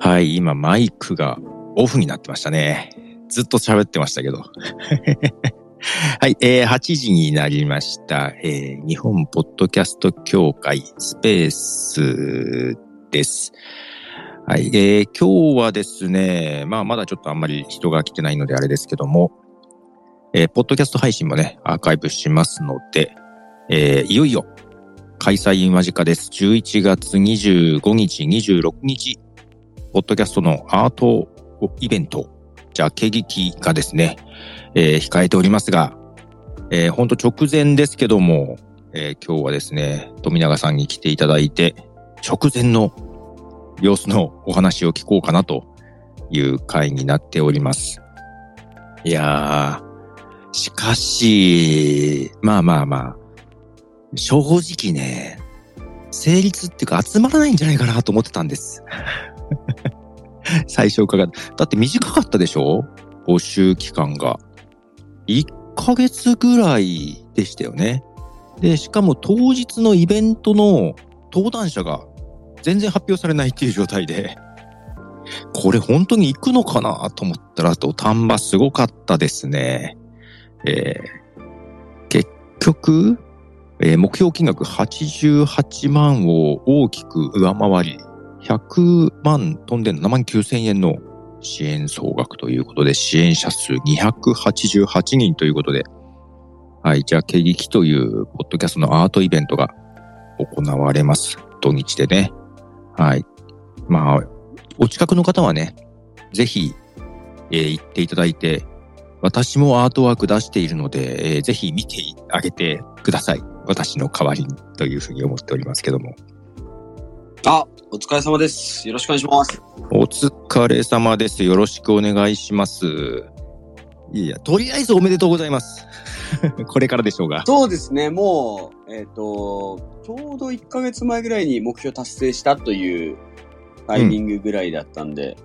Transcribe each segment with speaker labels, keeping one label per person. Speaker 1: はい、今マイクがオフになってましたね。ずっと喋ってましたけど。 はい、えー、8時になりました。えー、日本ポッドキャスト協会スペースです。はい、えー、今日はですね、まあまだちょっとあんまり人が来てないのであれですけども、えー、ポッドキャスト配信もね、アーカイブしますので、えー、いよいよ開催間近です。11月25日、26日、ポッドキャストのアートイベント、ジャケ劇がですね、えー、控えておりますが、えー、ほんと直前ですけども、えー、今日はですね、富永さんに来ていただいて、直前の様子のお話を聞こうかなという回になっております。いやー、しかし、まあまあまあ、正直ね、成立っていうか集まらないんじゃないかなと思ってたんです。 最初伺って。だって短かったでしょ募集期間が。1ヶ月ぐらいでしたよね。で、しかも当日のイベントの登壇者が全然発表されないっていう状態で、これ本当に行くのかなと思ったら、土壇場すごかったですね。えー、結局、えー、目標金額88万を大きく上回り、100万飛んで7万9千円の支援総額ということで、支援者数288人ということで、はい、じゃあ、ケギキというポッドキャストのアートイベントが行われます。土日でね。はい。まあ、お近くの方はね、ぜひ、えー、行っていただいて、私もアートワーク出しているので、えー、ぜひ見てあげてください。私の代わりにというふうに思っておりますけども。
Speaker 2: あ、お疲れ様です。よろしくお願いします。
Speaker 1: お疲れ様です。よろしくお願いします。いや、とりあえずおめでとうございます。 これからでしょうが。
Speaker 2: そうですね、もう、えっ、ー、と、ちょうど1ヶ月前ぐらいに目標達成したというタイミングぐらいだったんで、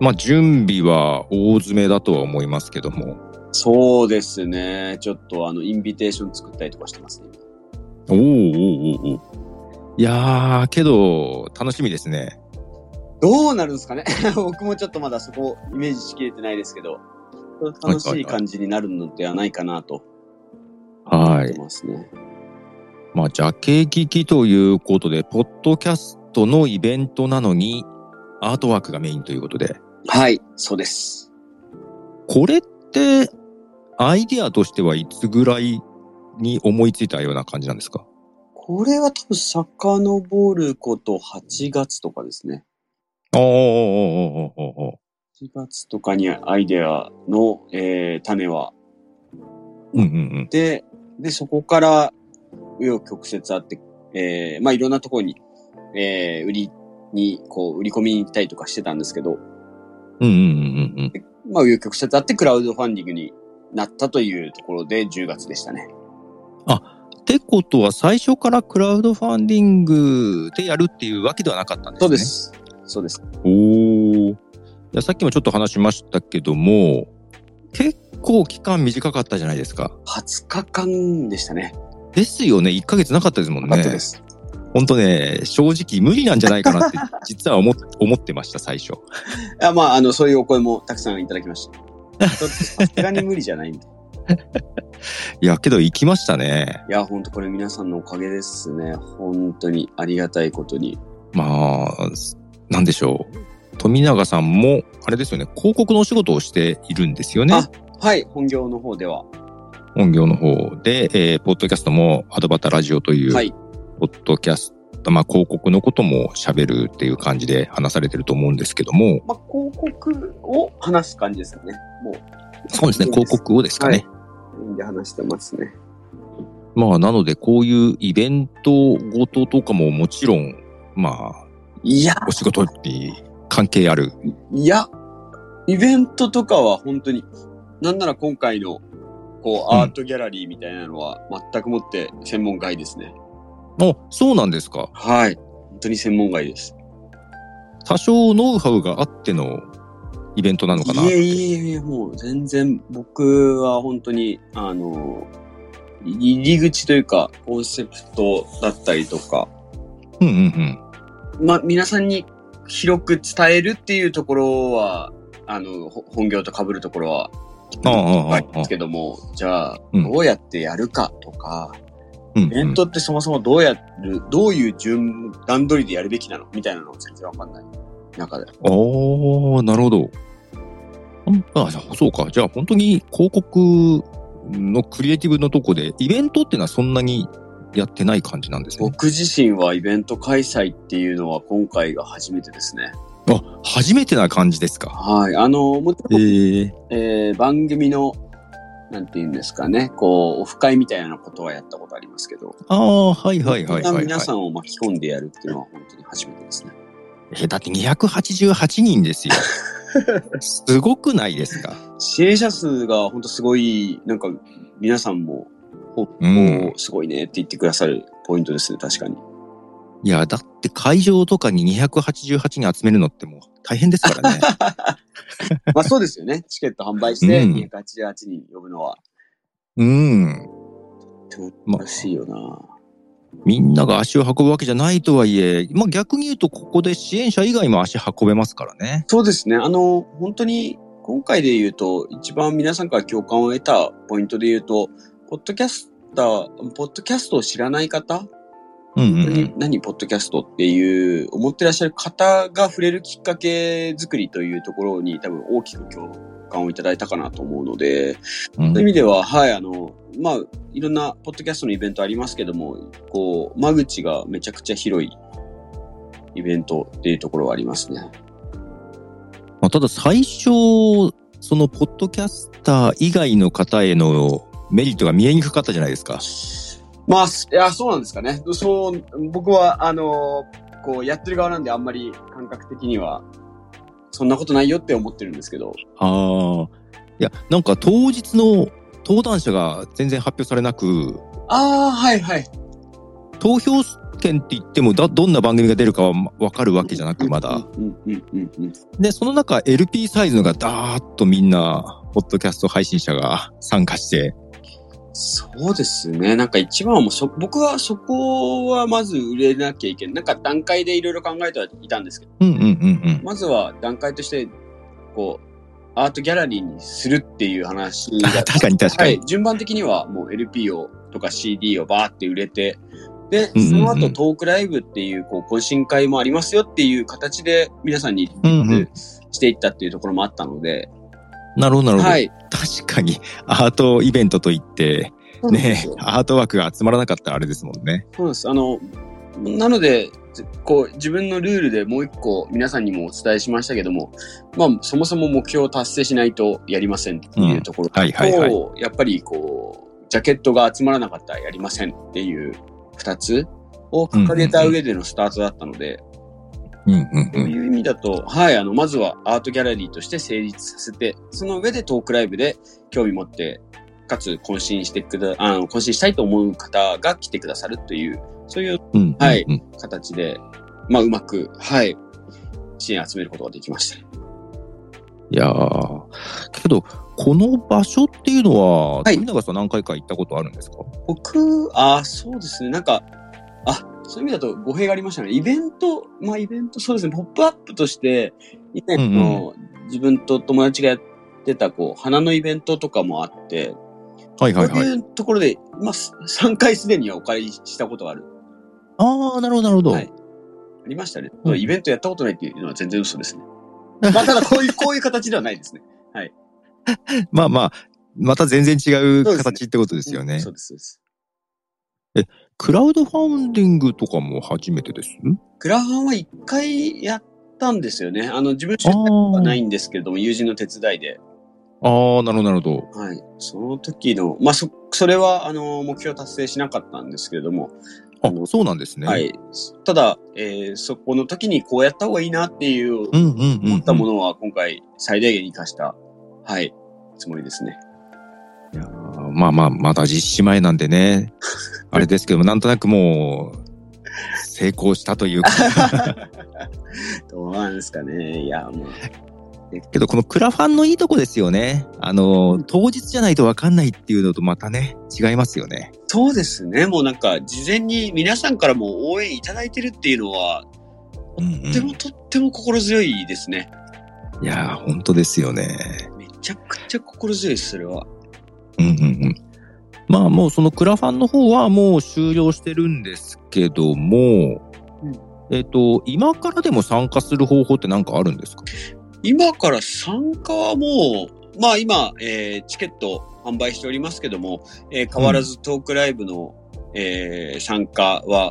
Speaker 2: うん
Speaker 1: まあ、準備は大詰めだとは思いますけども。
Speaker 2: そうですね。ちょっとあの、インビテーション作ったりとかしてますね。
Speaker 1: おおおおおいやー、けど、楽しみですね。
Speaker 2: どうなるんですかね 僕もちょっとまだそこ、イメージしきれてないですけど、楽しい感じになるのではないかな
Speaker 1: ね。
Speaker 2: と、
Speaker 1: はい。ますね。まあ、ジャケ聞きということで、ポッドキャストのイベントなのに、アートワークがメインということで。
Speaker 2: はい、そうです。
Speaker 1: これって、アイディアとしてはいつぐらいに思いついたような感じなんですか
Speaker 2: これは多分遡ること8月とかですね。
Speaker 1: おーおーおーおーお
Speaker 2: ー。8月とかにアイデアの、えー、種は。
Speaker 1: うんうんうん。
Speaker 2: で、で、そこから、紆余曲折あって、えー、まあいろんなところに、えー、売りに、こう、売り込みに行ったりとかしてたんですけど、
Speaker 1: うんうんうんうん。ま
Speaker 2: あ、有曲折あってクラウドファンディングになったというところで10月でしたね。
Speaker 1: あ、ってことは最初からクラウドファンディングでやるっていうわけではなかったんですね。
Speaker 2: そうです。そうです。
Speaker 1: おお。さっきもちょっと話しましたけども、結構期間短かったじゃないですか。
Speaker 2: 20日間でしたね。
Speaker 1: ですよね。1ヶ月なかったですもんね。な
Speaker 2: かったです。
Speaker 1: 本当ね、正直無理なんじゃないかなって、実は思思ってました、最初。い
Speaker 2: や、まあ、あの、そういうお声もたくさんいただきました。 さすがに無理じゃないんで。
Speaker 1: いや、けど行きましたね。
Speaker 2: いや、本当これ皆さんのおかげですね。本当にありがたいことに。
Speaker 1: まあ、なんでしょう。富永さんも、あれですよね、広告のお仕事をしているんですよね。あ
Speaker 2: はい、本業の方では。
Speaker 1: 本業の方で、えー、ポッドキャストも、アドバタラジオという、はい、ポッドキャスト、まあ、広告のことも喋るっていう感じで話されてると思うんですけども。
Speaker 2: まあ、広告を話す感じですよね。もう。
Speaker 1: そうですね、広告をですかね。
Speaker 2: はい、で話してますね。
Speaker 1: まあ、なので、こういうイベントごととかももちろん、まあ、
Speaker 2: いや、
Speaker 1: お仕事に関係ある。
Speaker 2: いや、イベントとかは本当に、なんなら今回の、こう、アートギャラリーみたいなのは、全くもって専門外ですね。
Speaker 1: うんあ、そうなんですか。
Speaker 2: はい。本当に専門外です。
Speaker 1: 多少ノウハウがあってのイベントなのかない
Speaker 2: えいえいえ、もう全然僕は本当に、あの、入り口というか、コンセプトだったりとか。
Speaker 1: うんうんうん。
Speaker 2: まあ、皆さんに広く伝えるっていうところは、あの、ほ本業と被るところは、
Speaker 1: ああああ
Speaker 2: はいですけども、じゃあ、
Speaker 1: うん
Speaker 2: どうやってやるかとか、
Speaker 1: うん
Speaker 2: イベントってそもそもどうやる、どういう順段取りでやるべきなのみたいなのを全然わかんない中で。
Speaker 1: おー、なるほど。うんあ、そうか。じゃあ本当に広告のクリエイティブのとこで、イベントっていうのはそんなにやってない感じなんですね。
Speaker 2: 僕自身はイベント開催っていうのは今回が初めてですね。
Speaker 1: あ、初めてな感じですか。
Speaker 2: はい。あの、もち
Speaker 1: え
Speaker 2: ろん、
Speaker 1: ー、
Speaker 2: えー番組の、なんて言うんですかね、こう、オフ会みたいなことはやったことありますけど、
Speaker 1: ああ、はいはいはいはい、
Speaker 2: そ
Speaker 1: は。
Speaker 2: んない皆さんを巻き込んでやるっていうのは本当に初めてですね。
Speaker 1: え、だって288人です よ。すごくないですか。
Speaker 2: 支援者数が本当すごい、なんか皆さんも、お
Speaker 1: うん
Speaker 2: おすごいねって言ってくださるポイントですね、確かに。
Speaker 1: いや、だって会場とかに288人集めるのってもう大変ですから ね。
Speaker 2: まあそうですよね。チケット販売して
Speaker 1: うん
Speaker 2: 288人呼ぶのは。
Speaker 1: うん。
Speaker 2: でも難しいよな。
Speaker 1: みんなが足を運ぶわけじゃないとはいえ、まあ逆に言うとここで支援者以外も足運べますからね。
Speaker 2: そうですね。あの、本当に今回で言うと、一番皆さんから共感を得たポイントで言うと、ポッドキャスター、ポッドキャストを知らない方
Speaker 1: うんう
Speaker 2: 本
Speaker 1: ん
Speaker 2: 当
Speaker 1: う
Speaker 2: に
Speaker 1: ん。
Speaker 2: 何ポッドキャストっていう思ってらっしゃる方が触れるきっかけ作りというところに多分大きく共感をいただいたかなと思うので、そういう意味では、はい、あの、まあ、いろんなポッドキャストのイベントありますけども、こう、間口がめちゃくちゃ広いイベントっていうところはありますね。
Speaker 1: まあ、ただ最初、そのポッドキャスター以外の方へのメリットが見えにくかったじゃないですか。
Speaker 2: まあ、いや、そうなんですかね。そう、僕は、あの、こう、やってる側なんであんまり感覚的には、そんなことないよって思ってるんですけど、
Speaker 1: ああ。いや、なんか当日の登壇者が全然発表されなく、
Speaker 2: ああ、はいはい。
Speaker 1: 投票権って言ってもだどんな番組が出るかはまわかるわけじゃなくまだ。
Speaker 2: うんうんうんうんうん。
Speaker 1: で、その中 LP サイズのがダーッとみんな、ポッドキャスト配信者が参加して。
Speaker 2: そうですね。なんか一番はもうそ、僕はそこはまず売れなきゃいけない。なんか段階でいろいろ考えてはいたんですけど、
Speaker 1: うんうんうんうん。
Speaker 2: まずは段階として、こう、アートギャラリーにするっていう話が
Speaker 1: 確かに確か
Speaker 2: は
Speaker 1: に。
Speaker 2: い。順番的にはもう LP をとか CD をバーって売れて、で、
Speaker 1: うんうん
Speaker 2: その後トークライブっていう、こう、懇親会もありますよっていう形で皆さんに
Speaker 1: うんうん
Speaker 2: していったっていうところもあったので、
Speaker 1: なるほどなるほど。
Speaker 2: はい。
Speaker 1: 確かにアートイベントといって、ね、アートワークが集まらなかったらあれですもんね。
Speaker 2: そうです。あの、なので、ずこう、自分のルールでもう一個皆さんにもお伝えしましたけども、まあ、そもそも目標を達成しないとやりませんっていうところと、
Speaker 1: はいはいはい。
Speaker 2: やっぱりこう、ジャケットが集まらなかったらやりませんっていう二つを掲げた上でのスタートだったの
Speaker 1: うんう
Speaker 2: で、
Speaker 1: ん。
Speaker 2: そううんいう意味だと、はい、あの、まずはアートギャラリーとして成立させて、その上でトークライブで興味持って、かつ渾身してくだ、あの、渾身したいと思う方が来てくださるという、そういう
Speaker 1: うんうん
Speaker 2: はい
Speaker 1: うん
Speaker 2: 形で、まあ、うまく、はい、支援集めることができました。
Speaker 1: いやーけど、この場所っていうのは、
Speaker 2: はい
Speaker 1: 富永さん何回か行ったことあるんですか
Speaker 2: 僕、あそうですね、なんか、あ、そういう意味だと語弊がありましたね。イベント、まあ、イベント、そうですね、ポップアップとして、以前の自分と友達がやってた、こう、花のイベントとかもあって、
Speaker 1: はいはい
Speaker 2: こう
Speaker 1: はい。
Speaker 2: いうところで、まあ、3回すでにはお借りしたことがある。
Speaker 1: ああ、なるほどなるほど。
Speaker 2: はいありましたね。
Speaker 1: うん
Speaker 2: イベントやったことないっていうのは全然嘘ですね。まあ、ただこ ういう、こういう形ではないですね。
Speaker 1: まあまあ、また全然違う
Speaker 2: そうですね
Speaker 1: 形ってことですよ
Speaker 2: うん
Speaker 1: ね
Speaker 2: そ。うです、そうです。
Speaker 1: クラウドファンディングとかも初めてです。
Speaker 2: クラハンは一回やったんですよね。あの、自分主体はないんですけれども、友人の手伝いで。
Speaker 1: ああ、なるほどなるほど。
Speaker 2: はい。その時の、まあ、そ、それは、あの、目標達成しなかったんですけれども、あの
Speaker 1: あ、そうなんですね。
Speaker 2: は。い。ただ、えーそこの時にこうやった方がいいなっていう、
Speaker 1: うんうんうん、うん。
Speaker 2: 思ったものは今回最大限に活かした、はい、つもりですね。
Speaker 1: いやーまあまあ、まだ実施前なんで ね。あれですけども、なんとなくもう、成功したというか。
Speaker 2: どうなんですかね。いや、もう。
Speaker 1: けど、このクラファンのいいとこですよね。あのー、当日じゃないとわかんないっていうのとまたね、違いますよね。
Speaker 2: そうですね。もうなんか、事前に皆さんからも応援いただいてるっていうのは、
Speaker 1: うんうん
Speaker 2: とってもとっても心強いですね。
Speaker 1: いやー、本当ですよね。
Speaker 2: めちゃくちゃ心強いです、それは。
Speaker 1: うんうんうん。まあもうそのクラファンの方はもう終了してるんですけども、
Speaker 2: うん
Speaker 1: えっと、今からでも参加する方法って何かあるんですか
Speaker 2: 今から参加はもう、まあ今、えーチケット販売しておりますけども、えー変わらずトークライブの、えー参加は、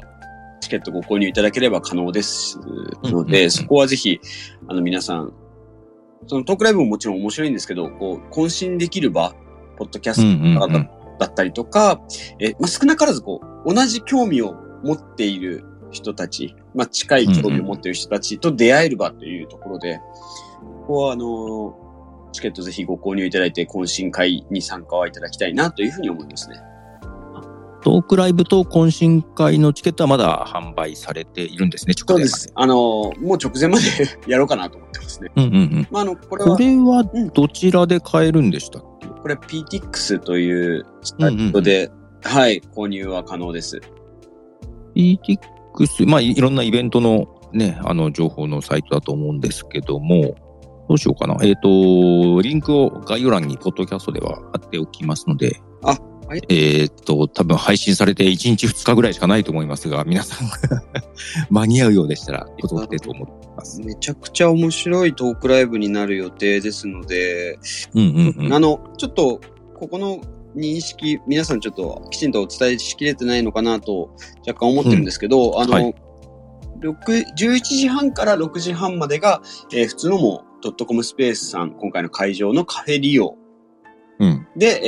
Speaker 2: チケットご購入いただければ可能ですの
Speaker 1: うんうんう
Speaker 2: で、
Speaker 1: ん
Speaker 2: そこはぜひ、あの皆さん、そのトークライブももちろん面白いんですけど、こう、渾身できる場、ポッドキャスト
Speaker 1: ん
Speaker 2: うんうんだったりとか、えーまあ、少なからずこう、同じ興味を持っている人たち、まあ、近い興味を持っている人たちと出会える場というところで、ここはあのーチケットぜひご購入いただいて、懇親会に参加はいただきたいなというふうに思いますね。
Speaker 1: トークライブと懇親会のチケットはまだ販売されているんですね、直
Speaker 2: そう
Speaker 1: 前
Speaker 2: で。
Speaker 1: ます
Speaker 2: あのーもう直前まで やろうかなと思ってますね。
Speaker 1: うんうんうん。
Speaker 2: まあ、あの、これは
Speaker 1: こ、れは
Speaker 2: うん
Speaker 1: どちらで買えるんでしたっけ
Speaker 2: これ PTX というサイトで、はい、購入は可能です。
Speaker 1: ?ETX、まあいいろんなイベントのね、あの情報のサイトだと思うんですけども、どうしようかな。えっ、と、リンクを概要欄にポッドキャストでは貼っておきますので、
Speaker 2: あはい
Speaker 1: えっ、と、多分配信されて1日2日ぐらいしかないと思いますが、皆さん 間に合うようでしたら、ご登記と思ってます。
Speaker 2: めちゃくちゃ面白いトークライブになる予定ですので、
Speaker 1: うんうんう
Speaker 2: あ
Speaker 1: ん。
Speaker 2: の、ちょっと、ここの認識、皆さんちょっときちんとお伝えしきれてないのかなと若干思ってるんですけど、あの、
Speaker 1: はい
Speaker 2: 6 11時半から6時半までが、えー普通のもドットコムスペースさん、今回の会場のカフェ利用
Speaker 1: うん。
Speaker 2: で、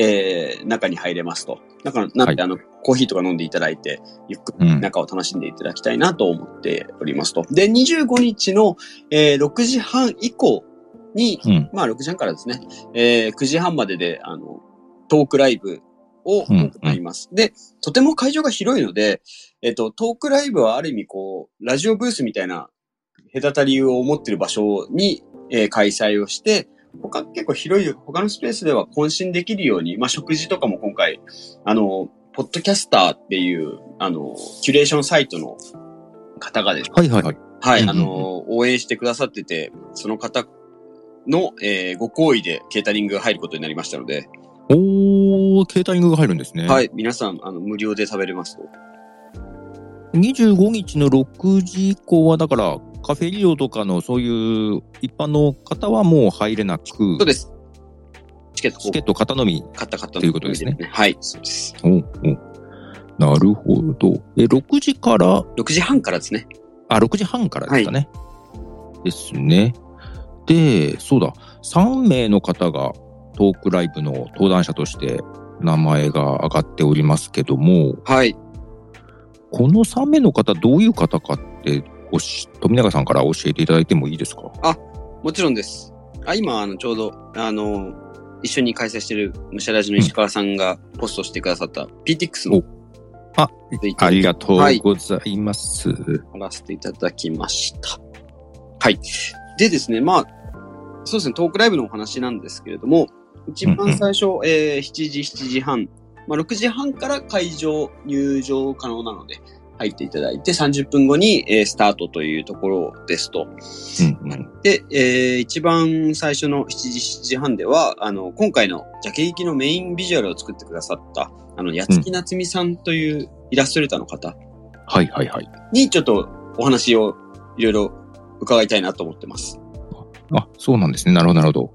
Speaker 2: えー中に入れますと。だから、なんで、
Speaker 1: はい
Speaker 2: あの、コーヒーとか飲んでいただいて、ゆっく
Speaker 1: う
Speaker 2: り
Speaker 1: ん
Speaker 2: 中を楽しんでいただきたいなと思っておりますと。で、25日の、えー6時半以降に、
Speaker 1: うん。
Speaker 2: まあ、6時半からですね、えー9時半までで、あの、トークライブを
Speaker 1: うんうん
Speaker 2: 行います。で、とても会場が広いので、えっ、と、トークライブはある意味、こう、ラジオブースみたいな隔たりを持ってる場所に、えー開催をして、他結構広い、他のスペースでは渾身できるように、まあ、食事とかも今回、あの、ポッドキャスターっていう、あの、キュレーションサイトの方がですね
Speaker 1: はいはいはい。
Speaker 2: はい、
Speaker 1: うんうんうん
Speaker 2: あの、応援してくださってて、その方の、えーご好意でケータリングが入ることになりましたので、
Speaker 1: おー、ケータリングが入るんですね。
Speaker 2: はい、皆さん、あの、無料で食べれますと。
Speaker 1: 25日の6時以降は、だから、カフェ利用とかのそういう一般の方はもう入れなく、
Speaker 2: そうです。チケット
Speaker 1: チ
Speaker 2: を
Speaker 1: ケット方のみ。
Speaker 2: 買った方の
Speaker 1: ということですね。
Speaker 2: はい、そうです。
Speaker 1: おうおうなるほど。え、6時から、
Speaker 2: 6時半からですね。
Speaker 1: あ、6時半からですかね。ですね。で、そうだ、3名の方がトークライブの登壇者として名前が挙がっておりますけども、
Speaker 2: はい。
Speaker 1: この3名の方、どういう方かって、おし富永さんから教えていただいてもいいですか
Speaker 2: もちろんです。あ、今、あの、ちょうど、あの、一緒に開催しているむしゃらじの石川さんがポストしてくださった PTX の
Speaker 1: あ
Speaker 2: ツイート
Speaker 1: あ
Speaker 2: を
Speaker 1: りがとうございます。
Speaker 2: 貼らせていただきました。はい。でですね、まあ、そうですね、トークライブのお話なんですけれども、一
Speaker 1: うんうん
Speaker 2: 番最初、えー7時、7時半、まあ、6時半から会場入場可能なので、入っていただいて、30分後に、えースタートというところですと。
Speaker 1: うんうん
Speaker 2: で、えー一番最初の7時、7時半では、あの、今回のジャケ劇のメインビジュアルを作ってくださった、あの、やつきなつみさんというイラストレーターの方
Speaker 1: はいはいはい。
Speaker 2: にちょっとお話をいろいろ伺いたいなと思ってます。
Speaker 1: あ、そうなんですね。なるほど、なるほ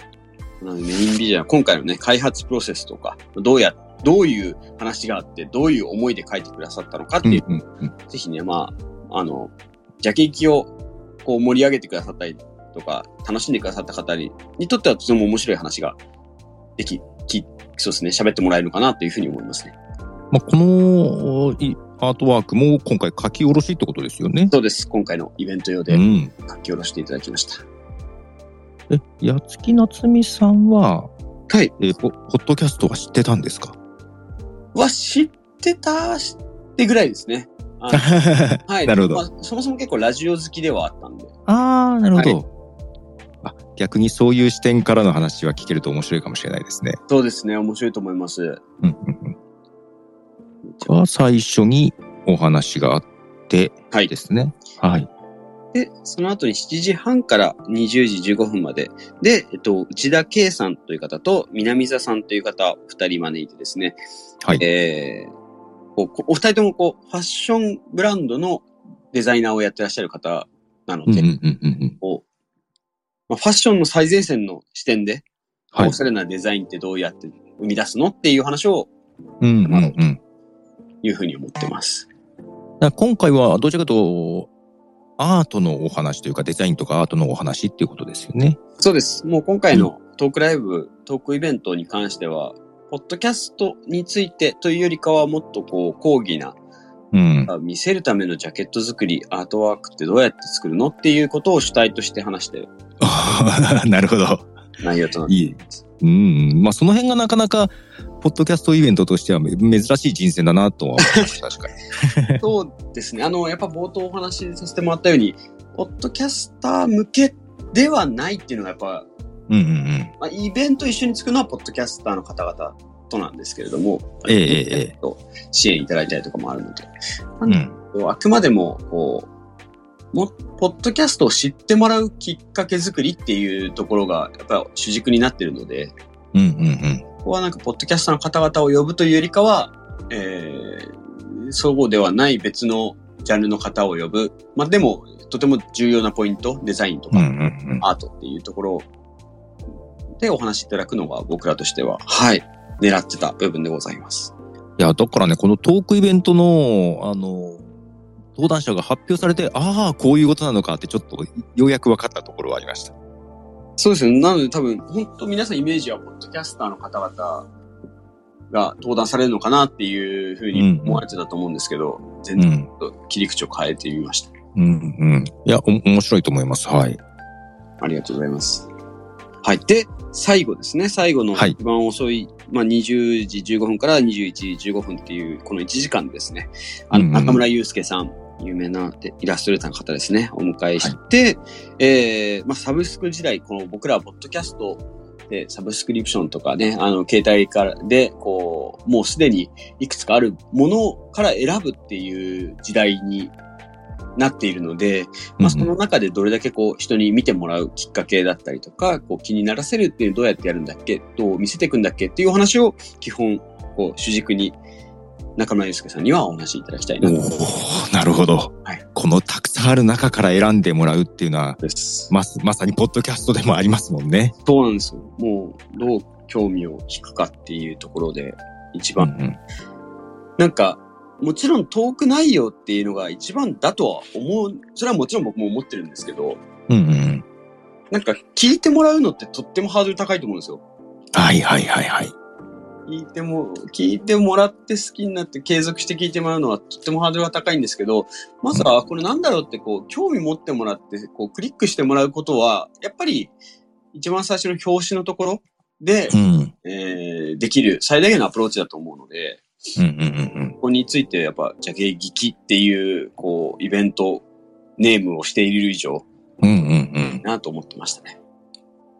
Speaker 1: ど。
Speaker 2: なのでメインビジュアル、今回のね、開発プロセスとか、どうや、どういう話があって、どういう思いで書いてくださったのかって
Speaker 1: うん
Speaker 2: いう、
Speaker 1: うんうん。
Speaker 2: ぜひね、まあ、あの、ジャケ行きをこう盛り上げてくださったりとか、楽しんでくださった方ににとってはとても面白い話ができ、きそうですね、喋ってもらえるかなというふうに思いますね。
Speaker 1: まあ、このいアートワークも今回書き下ろしってことですよね。
Speaker 2: そうです。今回のイベント用
Speaker 1: う
Speaker 2: で
Speaker 1: ん。
Speaker 2: 書き下ろしていただきました。
Speaker 1: え、やつきなつみさんは、
Speaker 2: はい。
Speaker 1: えーポ、ポッドキャストは知ってたんです か
Speaker 2: は知ってた、知ってぐらいですね。あの はい。
Speaker 1: なるほど
Speaker 2: まあそもそも結構ラジオ好きではあったんで。
Speaker 1: ああ、なるほど、あ。逆にそういう視点からの話は聞けると面白いかもしれないですね。
Speaker 2: そうですね。面白いと思います。
Speaker 1: うんうんうん。が最初にお話があって
Speaker 2: はい
Speaker 1: ですね。はい。
Speaker 2: で、その後に7時半から20時15分まで。で、えっと、内田圭さんという方と南座さんという方、二人招いてですね。
Speaker 1: はい
Speaker 2: えーこうこうお二人ともこう、ファッションブランドのデザイナーをやってらっしゃる方なの
Speaker 1: うん
Speaker 2: で、
Speaker 1: うんうんうんうん。
Speaker 2: こうまあ、ファッションの最前線の視点で、
Speaker 1: はい
Speaker 2: おしゃれなデザインってどうやって生み出すのっていう話を、
Speaker 1: うんうんうん。
Speaker 2: いうふうに思ってます。
Speaker 1: だから今回はどちらかというとアートのお話というかデザインとかアートのお話っていうことですよね。
Speaker 2: そうです。もう今回のトークライブ、トークイベントに関しては、ポッドキャストについてというよりかはもっとこう、講義な、
Speaker 1: うん。
Speaker 2: あ見せるためのジャケット作り、アートワークってどうやって作るのっていうことを主体として話してる
Speaker 1: なるほど。
Speaker 2: 内容となって
Speaker 1: いい。うん。まあその辺がなかなか、ポッドキャストイベントとしては珍しい人生だなとは思いました。確かに。
Speaker 2: そうですね。あの、やっぱ冒頭お話しさせてもらったように、ポッドキャスター向けではないっていうのがやっぱ、
Speaker 1: うんうんうん。
Speaker 2: まあ、イベント一緒に作るのはポッドキャスターの方々となんですけれども、
Speaker 1: ええええええ
Speaker 2: と支援いただいたりとかもあるので、
Speaker 1: うん。
Speaker 2: あくまでも、こう、も、ポッドキャストを知ってもらうきっかけ作りっていうところが、やっぱ主軸になってるので、
Speaker 1: うんうん
Speaker 2: ここはなんか、ポッドキャスターの方々を呼ぶというよりかは、えー、そうではない別のジャンルの方を呼ぶ。まあ、でも、とても重要なポイント、デザインと
Speaker 1: うん。うんう
Speaker 2: か、
Speaker 1: んうん。
Speaker 2: アートっていうところでお話しいただくのが僕らとしては、はい、狙ってた部分でございます。
Speaker 1: いや、だからね、このトークイベントの、あの、登壇者が発表されて、ああ、こういうことなのかってちょっとようやく分かったところはありました。
Speaker 2: そうですよね。なので多分、本当皆さんイメージは、ポッドキャスターの方々が登壇されるのかなっていうふうに思われてたと思うんですけど、
Speaker 1: う
Speaker 2: 全然
Speaker 1: ん。
Speaker 2: ちょっと切り口を変えてみました。
Speaker 1: うんうん。いや、お面白いと思います。はい。
Speaker 2: ありがとうございます。はい。で、最後ですね。最後の
Speaker 1: はい
Speaker 2: 一番遅い、まあ、20時15分から21時15分っていう、この1時間ですね。あの、
Speaker 1: うんうん
Speaker 2: 中村祐介さん、有名なでイラストレーターの方ですね。お迎えして、えー、まあ、サブスク時代、この僕らはポッドキャストで、サブスクリプションとかね、あの、携帯からで、こう、もうすでにいくつかあるものから選ぶっていう時代になっているので、まあ、その中でどれだけこう人に見てもらうきっかけだったりとか、こう気にならせるっていうどうやってやるんだっけ、どう見せていくんだっけっていうお話を基本、こう主軸に中村祐介さんにはお話しいただきたい
Speaker 1: お
Speaker 2: なと思い
Speaker 1: おなるほど、
Speaker 2: はい
Speaker 1: このたくさんある中から選んでもらうっていうのは
Speaker 2: ます。
Speaker 1: ままさにポッドキャストでもありますもんね。
Speaker 2: そうなんですよ。もうどう興味を引くかっていうところで一
Speaker 1: うん
Speaker 2: 番、なんか、もちろんトーク内容っていうのが一番だとは思う、それはもちろん僕も思ってるんですけど、
Speaker 1: うんうんうん
Speaker 2: なんか聞いてもらうのってとってもハードル高いと思うんですよ。
Speaker 1: はいはいはいはい。
Speaker 2: 聞いても、聞いてもらって好きになって継続して聞いてもらうのはとってもハードルが高いんですけど、まずはこれなんだろうってこう、興味持ってもらって、こう、クリックしてもらうことは、やっぱり一番最初の表紙のところで、
Speaker 1: うんうん
Speaker 2: えーできる最大限のアプローチだと思うので、
Speaker 1: うんうん
Speaker 2: ここについてやっぱ、ジャケ劇っていう、こう、イベント、ネームをしている以上、
Speaker 1: うんうんうんうん
Speaker 2: なと思ってましたね。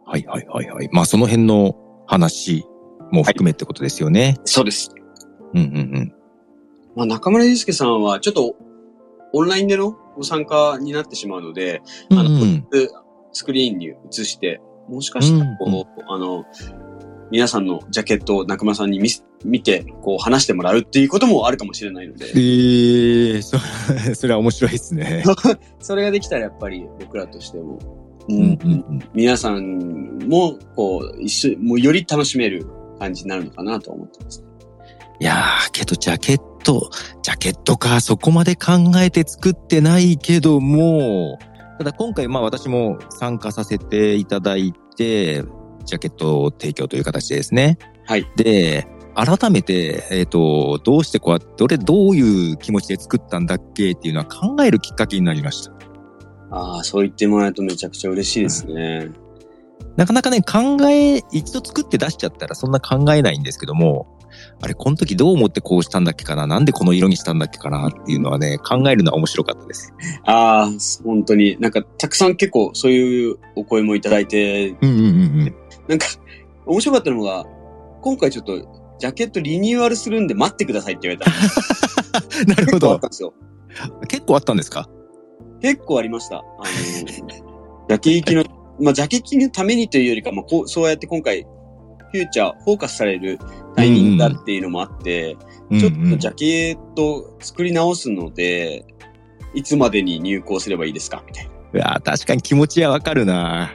Speaker 1: はいはいはいはい。まあその辺の話も含めってことですよね。
Speaker 2: そうです。
Speaker 1: うんうんうん。
Speaker 2: まあ、中村祐介さんは、ちょっと、オンラインでのご参加になってしまうので、
Speaker 1: うん
Speaker 2: あの
Speaker 1: うん
Speaker 2: スクリーンに映して、もしかしたらこう、
Speaker 1: うんうん
Speaker 2: あの、皆さんのジャケットを中村さんに見せ見て、こう話してもらうっていうこともあるかもしれないの
Speaker 1: え
Speaker 2: で、
Speaker 1: ー、そ それは面白いですね。
Speaker 2: それができたらやっぱり僕らとしても、う
Speaker 1: うんんうん
Speaker 2: 皆さんも、こう、一緒、もうより楽しめる感じになるのかなと思ってます。
Speaker 1: いやー、けどジャケット、ジャケットか、そこまで考えて作ってないけども、ただ今回まあ私も参加させていただいて、ジャケットを提供という形でですね。
Speaker 2: はい。
Speaker 1: で、改めて、えっ、と、どうしてこうやって、どれ、どういう気持ちで作ったんだっけっていうのは考えるきっかけになりました。
Speaker 2: ああ、そう言ってもらえるとめちゃくちゃ嬉しいですね。
Speaker 1: なかなかね、考え、一度作って出しちゃったらそんな考えないんですけども、あれ、この時どう思ってこうしたんだっけかななんでこの色にしたんだっけかなっていうのはね、考えるのは面白かったです。
Speaker 2: ああ、本当になんかたくさん結構そういうお声もいただいて
Speaker 1: うんうんうん
Speaker 2: なんか、面白かったのが、今回ちょっと、ジャケットリニューアルするんで 待ってくださいって言われた。
Speaker 1: うん。なるほ
Speaker 2: 結構あ
Speaker 1: ど
Speaker 2: った。んですよ。
Speaker 1: 結構あったんですか
Speaker 2: 結構ありました。あの、ジャケ行きの、 まあ、ジャケ行きのためにというよりか、まあ、こう、そうやって今回、フューチャー、フォーカスされるタイミングだっていうのもあって、ちょっとジャケットを作り直すので、いつまでに入稿すればいいですかみたいな。
Speaker 1: うわ確かに気持ちはわかるな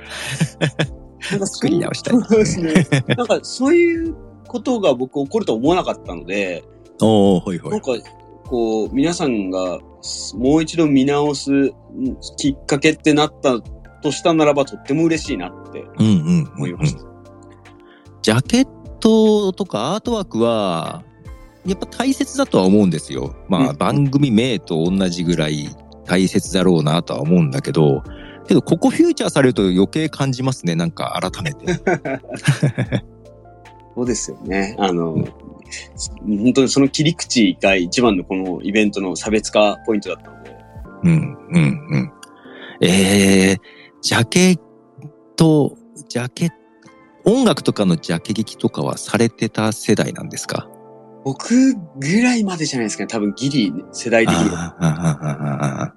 Speaker 2: なん か
Speaker 1: 作り直したい
Speaker 2: そうですね。なんかそういうことが僕起こると思わなかったので、
Speaker 1: おおほいほ
Speaker 2: なん
Speaker 1: い。
Speaker 2: か、こう、皆さんがもう一度見直すんきっかけってなったとしたならば、とっても嬉しいなって
Speaker 1: うんうんうん
Speaker 2: 思い
Speaker 1: うん
Speaker 2: ました。
Speaker 1: ジャケットとかアートワークは、やっぱ大切だとは思うんですよ。まあ、
Speaker 2: うん
Speaker 1: 番組名と同じぐらい大切だろうなとは思うんだけど、けど、ここフューチャーされると余計感じますね。なんか改め て。
Speaker 2: そうですよね。あの、本当にその切り口が一番のこのイベントの差別化ポイントだったので、
Speaker 1: うん、うん、うん。えー、ジャケとジャケ、音楽とかのジャケ劇とかはされてた世代なんですか
Speaker 2: 僕ぐらいまでじゃないですかね。多分ギリ世代的には。
Speaker 1: ああああああ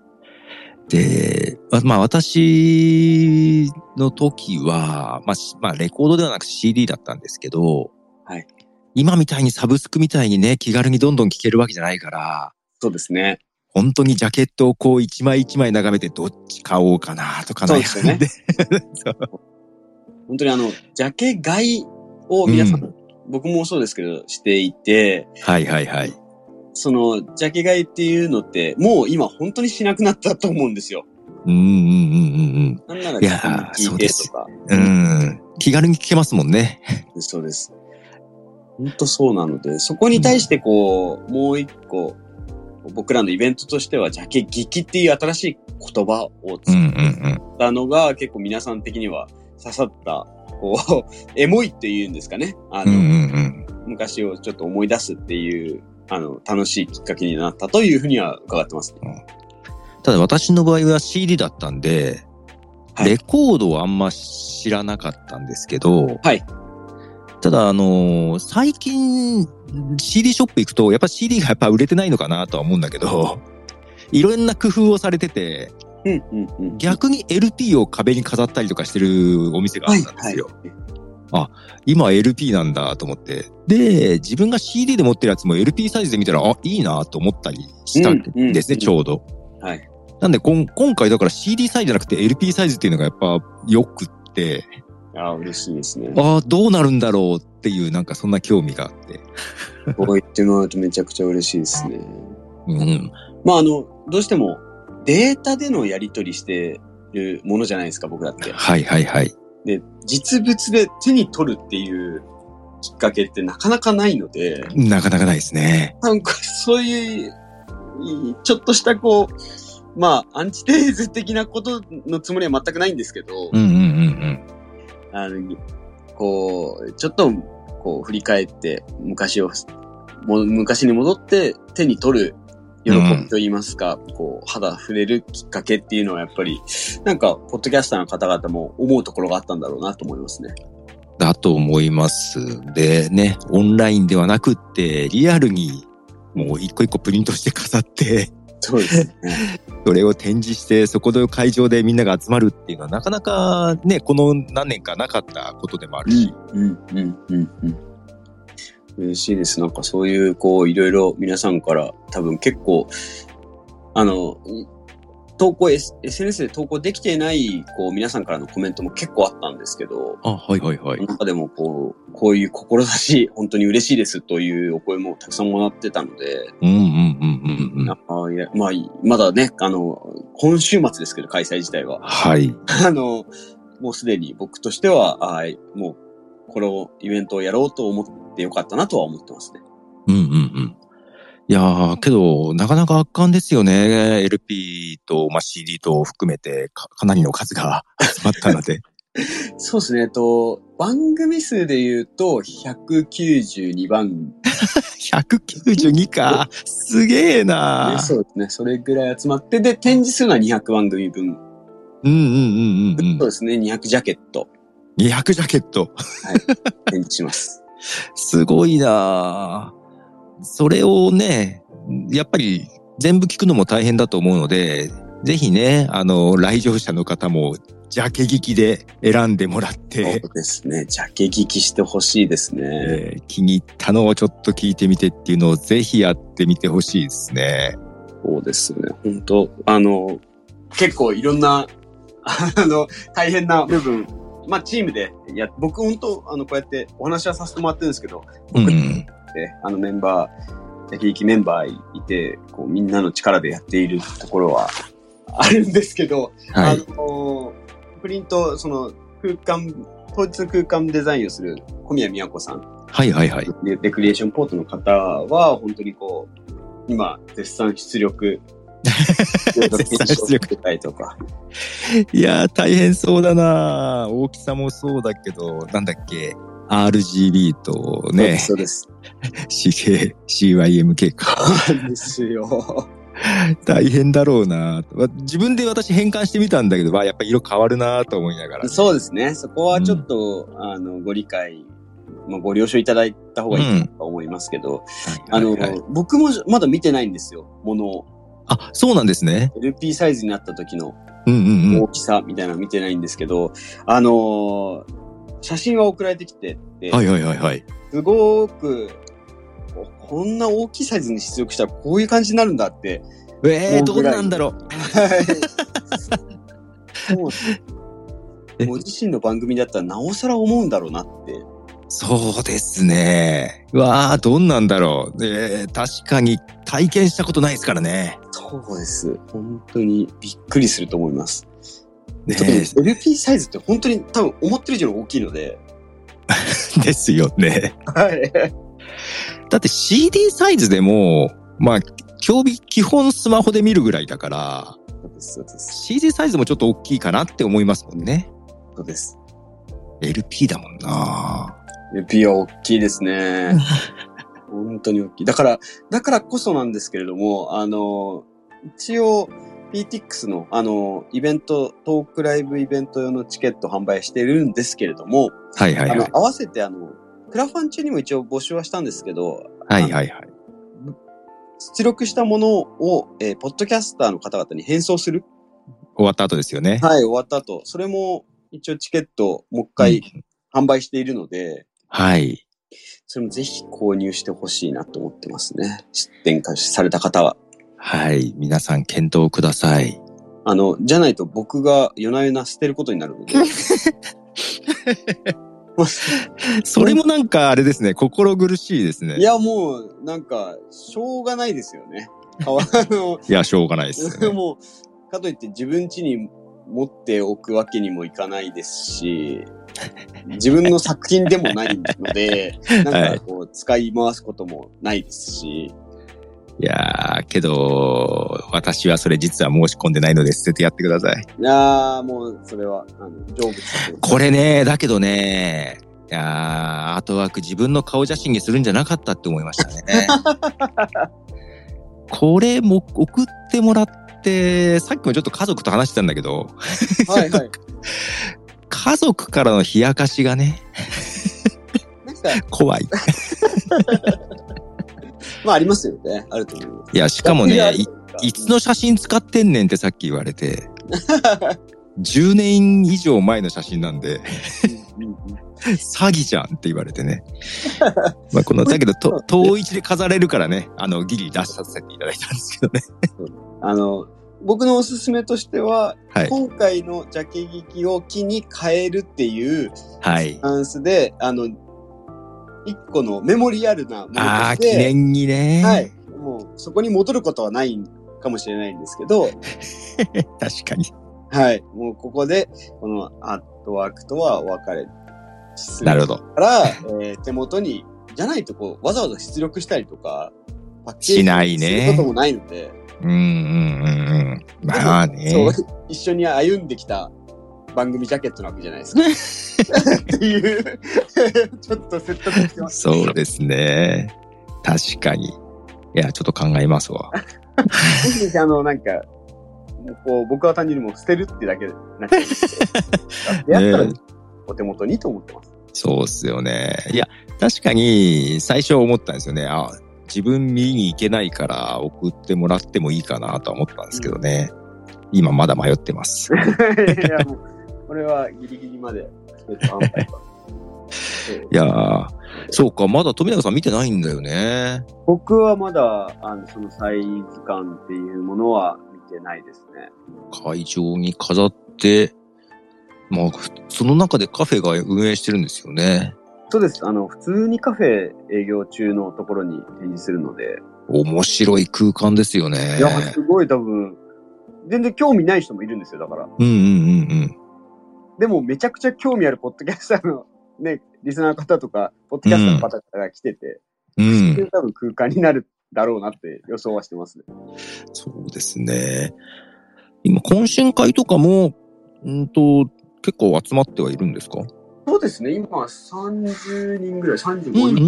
Speaker 1: で、わまあ私の時は、まあ、しまあレコードではなく CD だったんですけど、
Speaker 2: はい
Speaker 1: 今みたいにサブスクみたいにね、気軽にどんどん聴けるわけじゃないから、
Speaker 2: そうですね。
Speaker 1: 本当にジャケットをこう一枚一枚眺めてどっち買おうかなとか
Speaker 2: そう
Speaker 1: 悩
Speaker 2: ですよね
Speaker 1: んで。
Speaker 2: 本当にあの、ジャケ買いを皆さん、僕もそうですけど、していて、
Speaker 1: はいはいはい。
Speaker 2: その、ジャケ買いっていうのって、もう今本当にしなくなったと思うんですよ。
Speaker 1: うんうんうんうん
Speaker 2: なんなら
Speaker 1: いやー
Speaker 2: 聞いてとか。
Speaker 1: うん。うん。気軽に聴けますもんね。
Speaker 2: そうです。本当そうなので、そこに対してこう、もう一個、僕らのイベントとしては、ジャケ劇っていう新しい言葉を
Speaker 1: うんう
Speaker 2: 作
Speaker 1: んうん。
Speaker 2: ったのが、結構皆さん的には刺さった、こう、 エモいっていうんですかね。あ
Speaker 1: う
Speaker 2: の、
Speaker 1: んうんうん。
Speaker 2: 昔をちょっと思い出すっていう、あの、楽しいきっかけになったというふうには伺ってますね。
Speaker 1: ただ私の場合は CD だったんで、
Speaker 2: はい
Speaker 1: レコードをあんま知らなかったんですけど、
Speaker 2: はい
Speaker 1: ただあのー最近 CD ショップ行くと、やっぱ CD がやっぱ売れてないのかなとは思うんだけど、 いろんな工夫をされてて、
Speaker 2: うんうんうん。
Speaker 1: 逆に LP を壁に飾ったりとかしてるお店があったんですよ。
Speaker 2: はいはい
Speaker 1: 今 LP なんだと思って。で、自分が CD で持ってるやつも LP サイズで見たら、あ、いいなと思ったりしたん
Speaker 2: うんうん
Speaker 1: ですね、
Speaker 2: うん
Speaker 1: ちょうど。
Speaker 2: はい。
Speaker 1: なんでこん、今回だから CD サイズじゃなくて LP サイズっていうのがやっぱ良くって、
Speaker 2: ああ、嬉しいですね。
Speaker 1: ああ、どうなるんだろうっていうなんかそんな興味があって。
Speaker 2: こう言ってもらうとめちゃくちゃ嬉しいですね。
Speaker 1: うん。
Speaker 2: まああの、どうしてもデータでのやり取りしてるものじゃないですか、僕らって。
Speaker 1: はいはいはい。
Speaker 2: で、実物で手に取るっていうきっかけってなかなかないので、
Speaker 1: なかなかないですね。
Speaker 2: なんかそういう、いちょっとしたこう、まあ、アンチテーゼ的なことのつもりは全くないんですけど、
Speaker 1: うんうんうん
Speaker 2: あの、こう、ちょっと、こう、振り返って、昔を、も昔に戻って手に取る喜びと言いますか、こう、肌触れるきっかけっていうのはやっぱり、なんか、ポッドキャスターの方々も思うところがあったんだろうなと思いますね。
Speaker 1: うん。だと思います。でね、オンラインではなくって、リアルにもう一個一個プリントして飾って、
Speaker 2: そうですね。
Speaker 1: それを展示して、そこで会場でみんなが集まるっていうのはなかなかね、この何年かなかったことでもあるし。
Speaker 2: うん、うん、うん、うん。嬉しいです。なんかそういう、こう、いろいろ皆さんから多分結構、あの、投稿、S、SNS で投稿できてない、こう、皆さんからのコメントも結構あったんですけど、
Speaker 1: あ、はいはいはい。
Speaker 2: 中でもこう、こういう志、本当に嬉しいですというお声もたくさんもらってたので、
Speaker 1: うんうんうんうんうん。
Speaker 2: あいやまあ、まだね、あの、今週末ですけど、開催自体は。
Speaker 1: はい。
Speaker 2: あの、もうすでに僕としては、あもう、このイベントをやろうと思ってよかったなとは思ってますね。
Speaker 1: うんうんうん。いやー、けど、なかなか圧巻ですよね。LP と、まあ、CD と含めてか、かなりの数が 集まったので。
Speaker 2: そうですね、えっと、番組数で言うと、192番組
Speaker 1: 192か。すげえな
Speaker 2: ね、そうですね、それぐらい集まって、で、展示するのは200番組分。
Speaker 1: うんうんうんうん。
Speaker 2: そううんですね、200ジャケット
Speaker 1: 200ジャケット。
Speaker 2: 展示します。
Speaker 1: すごいなそれをね、やっぱり全部聞くのも大変だと思うので、ぜひね、あの、来場者の方も、ジャケ聞きで選んでもらっ
Speaker 2: そう
Speaker 1: て、
Speaker 2: ですね。ジャケ聞きしてほしいですね。
Speaker 1: えー気に入ったのをちょっと聞いてみてっていうのをぜひやってみてほしいですね。
Speaker 2: そうですね。本当あの、結構いろんな、あの、大変な部分、まあ、チームで、いや、僕本当あの、こうやってお話はさせてもらってるんですけど、
Speaker 1: うん。
Speaker 2: で、あのメンバー、焼ききメンバーいて、こう、みんなの力でやっているところはあるんですけど、
Speaker 1: は
Speaker 2: あ
Speaker 1: い。
Speaker 2: の、プリント、その、空間、当日の空間デザインをする小宮宮子さん、
Speaker 1: はいはいはい。
Speaker 2: レレクリエーションポートの方は、本当にこう、今、絶賛出力、
Speaker 1: 絶賛出力
Speaker 2: たりとか、
Speaker 1: いやー、大変そうだな大きさもそうだけど、なんだっけ、RGB とね、
Speaker 2: そうです。
Speaker 1: CK、CYMK か。
Speaker 2: そうですよ。
Speaker 1: 大変だろうなわ自分で私変換してみたんだけど、わやっぱ色変わるなと思いながら。
Speaker 2: そうですね。そこはちょっと、あの、ご理解、まあ、ご了承いただいた方がいいと思いますけど、あの、
Speaker 1: はいはいはい
Speaker 2: 僕もまだ見てないんですよ。ものを。
Speaker 1: あ、そうなんですね。
Speaker 2: LP サイズになった時の
Speaker 1: うんうんうん。
Speaker 2: 大きさみたいなの見てないんですけど、あのー写真は送られてきてて、
Speaker 1: はいはいはいはい。
Speaker 2: すごく、おこんな大きいサイズに出力したらこういう感じになるんだって。
Speaker 1: えー、ど
Speaker 2: こ
Speaker 1: うん
Speaker 2: ぐらい
Speaker 1: なんだろ
Speaker 2: も
Speaker 1: え
Speaker 2: うご自身の番組だったらなおさら思うんだろうなって。
Speaker 1: う。そうですね。うわあ、どんなんだろう。えー、確かに体験したことないですからね。
Speaker 2: そうです。本当にびっくりすると思います。
Speaker 1: ね
Speaker 2: 特に LP サイズって本当に多分思ってる以上に大きいので。
Speaker 1: ですよね。
Speaker 2: はい。
Speaker 1: だって CD サイズでも、まあ、競技基本スマホで見るぐらいだから、
Speaker 2: そうです、そうです。
Speaker 1: CD サイズもちょっと大きいかなって思いますもんね。
Speaker 2: そうです。
Speaker 1: LP だもんな
Speaker 2: LP は大きいですね。本当に大きい。だから、だからこそなんですけれども、あの、一応、PTX の、あの、イベント、トークライブイベント用のチケット販売してるんですけれども、
Speaker 1: はいはいは
Speaker 2: あ
Speaker 1: い。
Speaker 2: の、合わせて、あの、クラファン中にも一応募集はしたんですけど、
Speaker 1: はいはいはい。
Speaker 2: 出力したものを、えーポッドキャスターの方々に返送する。
Speaker 1: 終わった後ですよね。
Speaker 2: はい、終わった後。それも、一応チケット、もう一回
Speaker 1: うん
Speaker 2: 販売しているので、
Speaker 1: はい。
Speaker 2: それもぜひ購入してほしいなと思ってますね。出店開始された方は。
Speaker 1: はい。皆さん検討ください。
Speaker 2: あの、じゃないと僕が夜な夜な捨てることになる ので。
Speaker 1: それもなんかあれですね、心苦しいですね。
Speaker 2: い、や、もう、なんか、しょうがないですよね。かわ あの、
Speaker 1: いやしょうがないですよね。
Speaker 2: もう、かといって自分家に持っておくわけにもいかないですし、自分の作品でもないので、 なんかこう、使い回すこともないですし、
Speaker 1: いやー、けど、私はそれ実は申し込んでないので捨ててやってください。
Speaker 2: いやーもう、それは、あの、成仏させて
Speaker 1: これね、だけどね、いやーアートワーク自分の顔写真にするんじゃなかったって思いましたね。 これも送ってもらって、さっきもちょっと家族と話してたんだけど、
Speaker 2: はいはい。
Speaker 1: 家族からの冷やかしがね、
Speaker 2: なんか、
Speaker 1: 怖い。
Speaker 2: まあありますよね。あると思います。
Speaker 1: いや、しかもね、 いいつ
Speaker 2: の
Speaker 1: の写真使ってんねんってさっき言われて、10年以上前の写真なんで、詐欺じゃんって言われてね。 まあこの、だけど、 と遠一で飾れるからね、あの、ギリ出させていただいたんですけど ね。
Speaker 2: あの、僕のおすすめとしては、
Speaker 1: はい。
Speaker 2: 今回のジャケ劇を機に変えるっていう
Speaker 1: はい
Speaker 2: ス。タンスで、あの、一個のメモリアルなものと
Speaker 1: ああ、
Speaker 2: し
Speaker 1: 記
Speaker 2: て、
Speaker 1: 念にね。
Speaker 2: はい。。もうそこに戻ることはないかもしれないんですけど、
Speaker 1: 確かに。
Speaker 2: はい。もうここで、このアートワークとはお別れす
Speaker 1: な
Speaker 2: る
Speaker 1: るほど。
Speaker 2: から、えー手元に、じゃないとこう、わざわざ出力したりとか、パッケージ
Speaker 1: しないね
Speaker 2: することもないので、
Speaker 1: うんうんうんうん。まあね。
Speaker 2: そう、一緒に歩んできた番組ジャケットなわけじゃないです か。っていう、ちょっと説得してます。
Speaker 1: そうですね。確かに。いや、ちょっと考えますわ。
Speaker 2: ぜひあの、なんか、こう、僕は単純にもう捨てるってだけでなくて、 やったら
Speaker 1: ね
Speaker 2: お手元にと思ってます。
Speaker 1: そうっすよね。いや、確かに最初思ったんですよね。あ、自分見に行けないから送ってもらってもいいかなとは思ったんですけどね。今まだ迷ってます。
Speaker 2: いや、もう、これはギリギリまで、ちょっと安泰かそう
Speaker 1: いやー、そうか、まだ富永さん見てないんだよね。
Speaker 2: 僕はまだ、あの、そのサイズ感っていうものは見てないですね。
Speaker 1: 会場に飾って、まあ、その中でカフェが運営してるんですよね。
Speaker 2: そうです。あの、普通にカフェ営業中のところに展示するので、
Speaker 1: 面白い空間ですよね
Speaker 2: い。や、すごい多分、全然興味ない人もいるんですよ、だから。
Speaker 1: うんうんうんうん。
Speaker 2: でもめちゃくちゃ興味あるポッドキャスターの、ね、リスナーの方とか、ポッドキャスターの方が来てて、
Speaker 1: う
Speaker 2: そうい
Speaker 1: ん
Speaker 2: う、多分空間になるだろうなって予想はしてますね。
Speaker 1: そうですね。今、懇親会とかも、うんと、結構集まってはいるんですか
Speaker 2: そうですね、今30人ぐらい、35
Speaker 1: うんうんう
Speaker 2: 人
Speaker 1: んう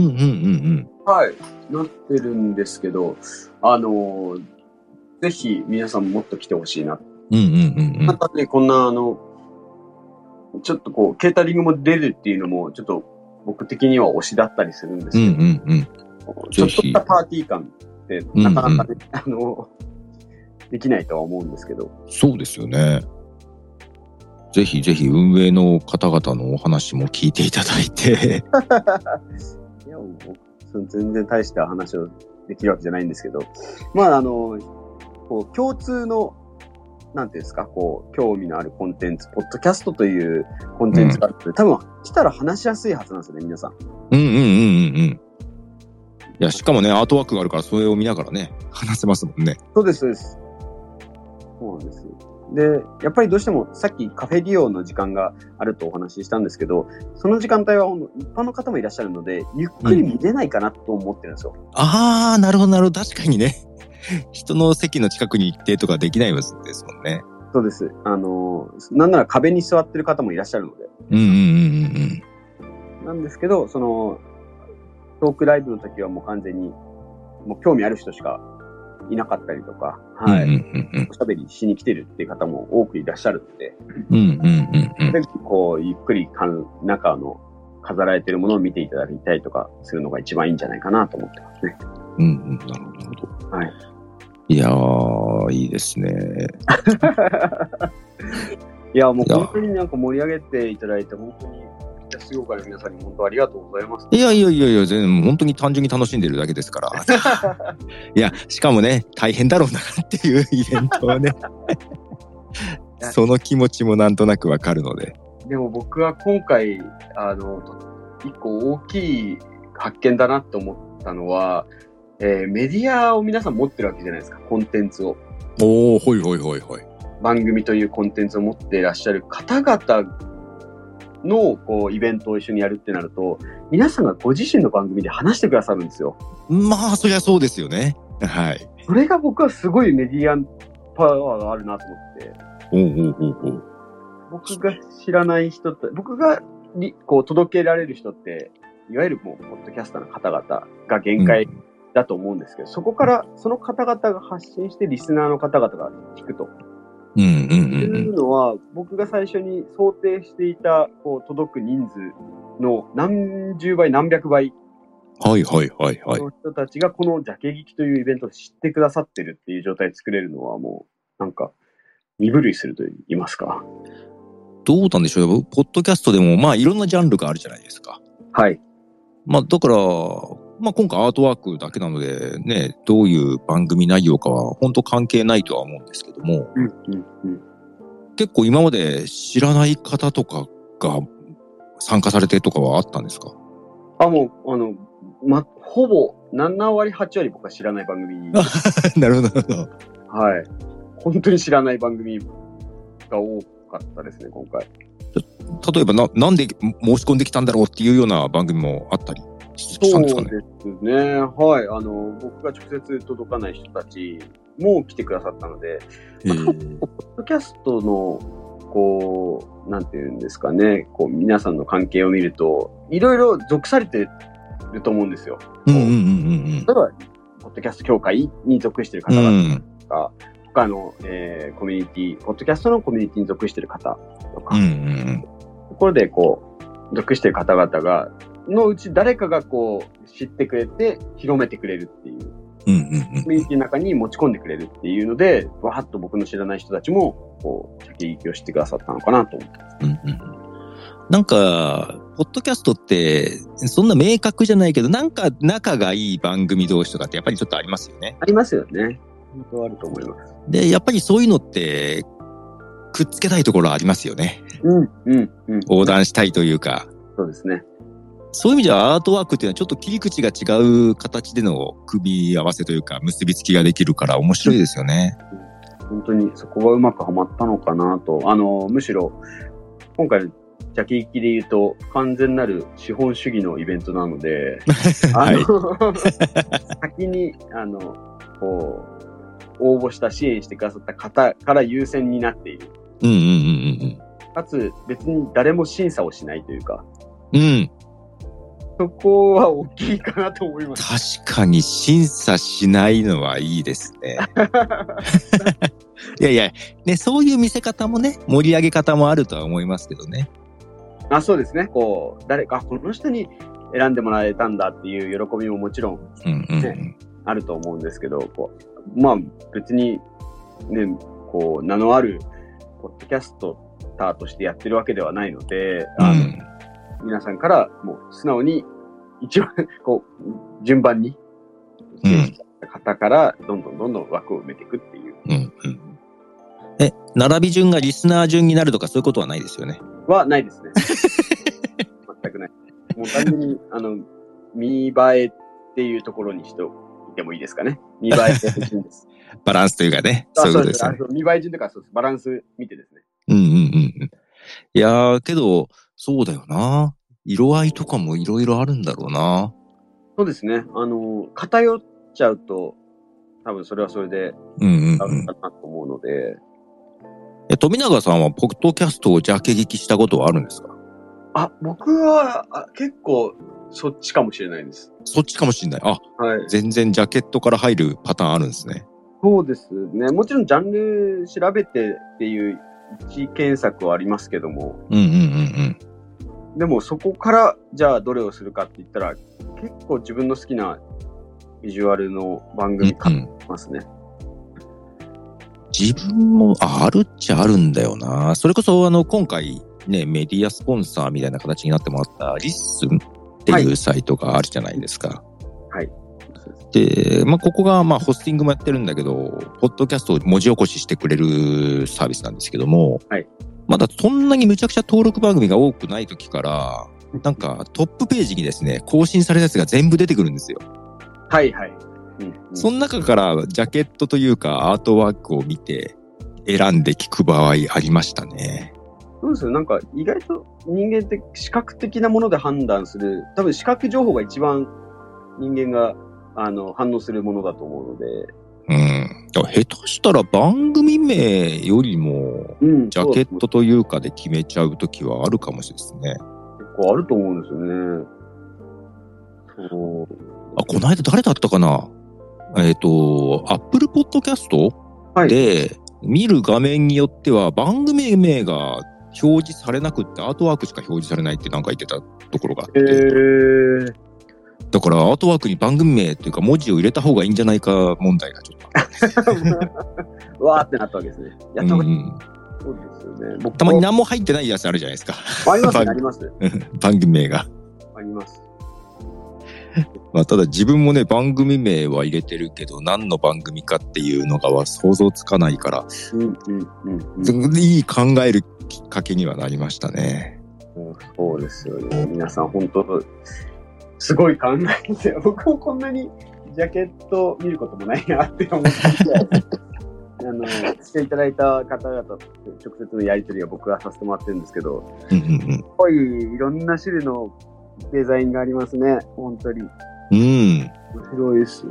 Speaker 1: ん
Speaker 2: ぐらいなってるんですけど、あの、ぜひ皆さんもっと来てほしいな。
Speaker 1: うん。うんうんうんう
Speaker 2: なん
Speaker 1: ん。
Speaker 2: かね、こんなあの、ちょっとこう、ケータリングも出るっていうのも、ちょっと僕的には推しだったりするんです
Speaker 1: うんう
Speaker 2: けど、
Speaker 1: んうん。
Speaker 2: ちょっとしたパーティー感って、なかなかね、あの、できないとは思うんですけど。
Speaker 1: そうですよね。ぜひぜひ運営の方々のお話も聞いていただい て。
Speaker 2: いや、もうその全然大した話をできるわけじゃないんですけど、まあ、あの、こう、共通の、なんていうんですか、こう、興味のあるコンテンツ、ポッドキャストというコンテンツがあって、多分、来たら話しやすいはずなんですよね、皆さん。
Speaker 1: うんうんうんうんうん。いや、しかもね、アートワークがあるから、それを見ながらね、話せますもんね。
Speaker 2: そうです、そうです。そうなんですよ。で、やっぱりどうしても、さっきカフェ利用の時間があるとお話ししたんですけど、その時間帯はほんと一般の方もいらっしゃるので、ゆっくり見れないかなと思ってるんですよ。
Speaker 1: あー、なるほどなるほど。確かにね。人の席の近くに行ってとかできないですもんね。
Speaker 2: そうです。あの、なんなら壁に座ってる方もいらっしゃるので。
Speaker 1: うんうんうんうんうん。
Speaker 2: なんですけど、その、トークライブの時はもう完全に、もう興味ある人しかいなかったりとか、はい。
Speaker 1: うんうん
Speaker 2: おしゃべりしに来てるっていう方も多くいらっしゃるので、
Speaker 1: うん。うんうんうんうん。
Speaker 2: でこう、ゆっくりかん中の飾られてるものを見ていただきたいとかするのが一番いいんじゃないかなと思ってますね。
Speaker 1: うんうん、なるほどなるほど。
Speaker 2: はい。
Speaker 1: いやー、いいですね。
Speaker 2: いや、もう
Speaker 1: いや
Speaker 2: 本当になんか盛り上げていただいて、本当に、安岡の皆さんに本当ありがとうございます。
Speaker 1: いやいやいやいや、全然、本当に単純に楽しんでるだけですから。 いや、しかもね、大変だろうなっていうイベントを ね、その気持ちもなんとなくわかるので。
Speaker 2: でも僕は今回、あの、一個大きい発見だなと思ったのは、えーメディアを皆さん持ってるわけじゃないですか、コンテンツを。
Speaker 1: おおほいほいほいほい。
Speaker 2: 番組というコンテンツを持っていらっしゃる方々のこうイベントを一緒にやるってなると、皆さんがご自身の番組で話してくださるんですよ。
Speaker 1: まあ、そりゃそうですよね。はい。
Speaker 2: それが僕はすごいメディアパワーがあるなと思って、
Speaker 1: おうおうおうおう
Speaker 2: 僕が知らない人って、僕がにこう届けられる人って、いわゆるもう、ポッドキャスターの方々が限界
Speaker 1: うん
Speaker 2: だと思うんですけど、そこから、その方々が発信して、リスナーの方々が聞くと。
Speaker 1: うんうん
Speaker 2: い
Speaker 1: うんうん。
Speaker 2: うのは、僕が最初に想定していた、こう、届く人数の何十倍、何百倍
Speaker 1: はいはいはいはい。
Speaker 2: の人たちが、このジャケ聞きというイベントを知ってくださってるっていう状態を作れるのは、もう、なんか、身震いすると言いますか。
Speaker 1: どうなんでしょうポッドキャストでも、まあ、いろんなジャンルがあるじゃないですか。
Speaker 2: はい。
Speaker 1: まあ、だから、まあ、今回アートワークだけなので、ね、どういう番組内容かは、本当関係ないとは思うんですけども。
Speaker 2: うん、うん、うん。
Speaker 1: 結構今まで知らない方とかが参加されてとかはあったんですか
Speaker 2: あ、もう、あの、ま、ほぼ、7割、8割僕は知らない 番組。
Speaker 1: あ
Speaker 2: はい。
Speaker 1: なるほど、なるほど。
Speaker 2: 本当に知らない番組が多かったですね、今回。
Speaker 1: 例えばな、なんで申し込んできたんだろうっていうような番組もあったりしたんですかね。
Speaker 2: すね。はい。あの、僕が直接届かない人たちも来てくださったので、
Speaker 1: へえ
Speaker 2: ポッドキャストの、こう、なんていうんですかね、こう、皆さんの関係を見ると、いろいろ属されてると思うんですよ。
Speaker 1: うんうんうん
Speaker 2: 例えば、ポッドキャスト協会に属してる
Speaker 1: うん
Speaker 2: 方
Speaker 1: う
Speaker 2: 々
Speaker 1: ん。
Speaker 2: か、他の、えーコミュニティ、ポッドキャストのコミュニティに属してる方と
Speaker 1: う
Speaker 2: か、
Speaker 1: んうん
Speaker 2: ところでこう、属してる方々が、のうち誰かがこう、知ってくれて、広めてくれるっていう。
Speaker 1: うんうん
Speaker 2: コミュニティの中に持ち込んでくれるっていうので、わーっと僕の知らない人たちも、こう、先行きをしてくださったのかなと思って。
Speaker 1: うんうんうん。なんか、ポッドキャストって、そんな明確じゃないけど、なんか仲がいい番組同士とかってやっぱりちょっとありますよね。
Speaker 2: ありますよね。本当はあると思います。
Speaker 1: で、やっぱりそういうのって、くっつけたいところありますよね。
Speaker 2: うん、うん、うん。
Speaker 1: 横断したいというか。
Speaker 2: そうですね。
Speaker 1: そういう意味ではアートワークっていうのはちょっと切り口が違う形での組み合わせというか結びつきができるから面白いですよね。
Speaker 2: 本当にそこがうまくはまったのかなと。あの、むしろ、今回のジャケ行きで言うと、完全なる資本主義のイベントなので、あの、 先に、あの、こう、応募した支援してくださった方から優先になっている。
Speaker 1: うんうんうん
Speaker 2: かつ、別に誰も審査をしないというか、
Speaker 1: うんうん。うん。
Speaker 2: そこは大きいかなと思います。
Speaker 1: 確かに審査しないのはいいです ね。いやいや、ね、そういう見せ方もね、盛り上げ方もあるとは思いますけどね。
Speaker 2: あそうですね。こう、誰か、この人に選んでもらえたんだっていう喜びももちろん
Speaker 1: うんうんうん。
Speaker 2: ねあると思うんですけど、こうまあ別にね、こう名のあるポッドキャストターとしてやってるわけではないので、あの
Speaker 1: う
Speaker 2: 皆さんからもう素直に一番こう順番に、
Speaker 1: うん
Speaker 2: 方からどんどんどんどん枠を埋めていくっていうん
Speaker 1: うんうんえ、並び順がリスナー順になるとかそういうことはないですよね。
Speaker 2: はないですね。 全くない。もう単純に、あの、見栄えっていうところにしておいてもいいですかね。見栄えってやってほしいんです。
Speaker 1: バランスというかね。
Speaker 2: あ
Speaker 1: そういうこと
Speaker 2: で
Speaker 1: ですすよね。
Speaker 2: あの見栄え順とかそうですバランス見てですね。
Speaker 1: うんうんうんうん。いやー、けど、そうだよな。色合いとかもいろいろあるんだろうな。
Speaker 2: そうですね。あの、偏っちゃうと、多分それはそれで、
Speaker 1: うんうん
Speaker 2: あ
Speaker 1: うん
Speaker 2: るかなと思うので、
Speaker 1: え。富永さんはポッドキャストをジャケ劇したことはあるんですか
Speaker 2: あ、僕はあ結構そっちかもしれないです。
Speaker 1: そっちかもしれない。あ、
Speaker 2: はい。
Speaker 1: 全然ジャケットから入るパターンあるんですね。
Speaker 2: そうですね。もちろんジャンル調べてっていう一検索はありますけども、
Speaker 1: うんうんうん
Speaker 2: でもそこからじゃあどれをするかって言ったら結構自分の好きなビジュアルの番
Speaker 1: うん。
Speaker 2: 組
Speaker 1: う
Speaker 2: 買
Speaker 1: んう
Speaker 2: って
Speaker 1: ん、
Speaker 2: ますね。
Speaker 1: 自分もああるっちゃあるんだよな。それこそ、あの、今回、ね、メディアスポンサーみたいな形になってもらったリッスンっていうサイトがあるじゃないですか。で、まあ、ここが、まあ、ホスティングもやってるんだけど、ポッドキャストを文字起こししてくれるサービスなんですけども、
Speaker 2: はい
Speaker 1: まだそんなにむちゃくちゃ登録番組が多くない時から、なんかトップページにですね、更新されたやつが全部出てくるんですよ。
Speaker 2: はいはい。うん
Speaker 1: その中からジャケットというかアートワークを見て選んで聞く場合ありましたね。
Speaker 2: そうですよ。なんか意外と人間って視覚的なもので判断する、多分視覚情報が一番人間があの反応するものだと思うので。
Speaker 1: うん。だから下手したら番組名よりも、
Speaker 2: うん
Speaker 1: ジャケ
Speaker 2: そ
Speaker 1: ッ
Speaker 2: う
Speaker 1: トというかで決めちゃう時はあるかもしれないですね。
Speaker 2: 結構あると思うんですよね。そう。
Speaker 1: あ、この間誰だったかなえっ、と、Apple Podcast
Speaker 2: はい
Speaker 1: で、見る画面によっては番組名が表示されなくって、アートワークしか表示されないってなんか言ってたところがあって、
Speaker 2: えー、
Speaker 1: だからアートワークに番組名というか文字を入れた方がいいんじゃないか問題がちょっ とある。
Speaker 2: わーってなったわけですね。やった
Speaker 1: う
Speaker 2: ほうがいい。
Speaker 1: ん
Speaker 2: そうですよね。僕
Speaker 1: たまに何も入ってないやつあるじゃないですか。
Speaker 2: ありますね、あります。
Speaker 1: 番組名が。
Speaker 2: あります。
Speaker 1: まあ、ただ自分もね、番組名は入れてるけど、何の番組かっていうのがは想像つかないから、
Speaker 2: うんうんうん、うん。
Speaker 1: いい考えるきっかけにはなりましたね。
Speaker 2: そうですよね。皆さん、本当すごい考えですよ。 僕もこんなにジャケット見ることもないなって思ってて。あのしていただいた方々と直接のやり取りは僕がさせてもらってるんですけど、
Speaker 1: うんうん
Speaker 2: すごいいろんな種類のデザインがありますね、本当に。面
Speaker 1: うん。うん。
Speaker 2: 白いです。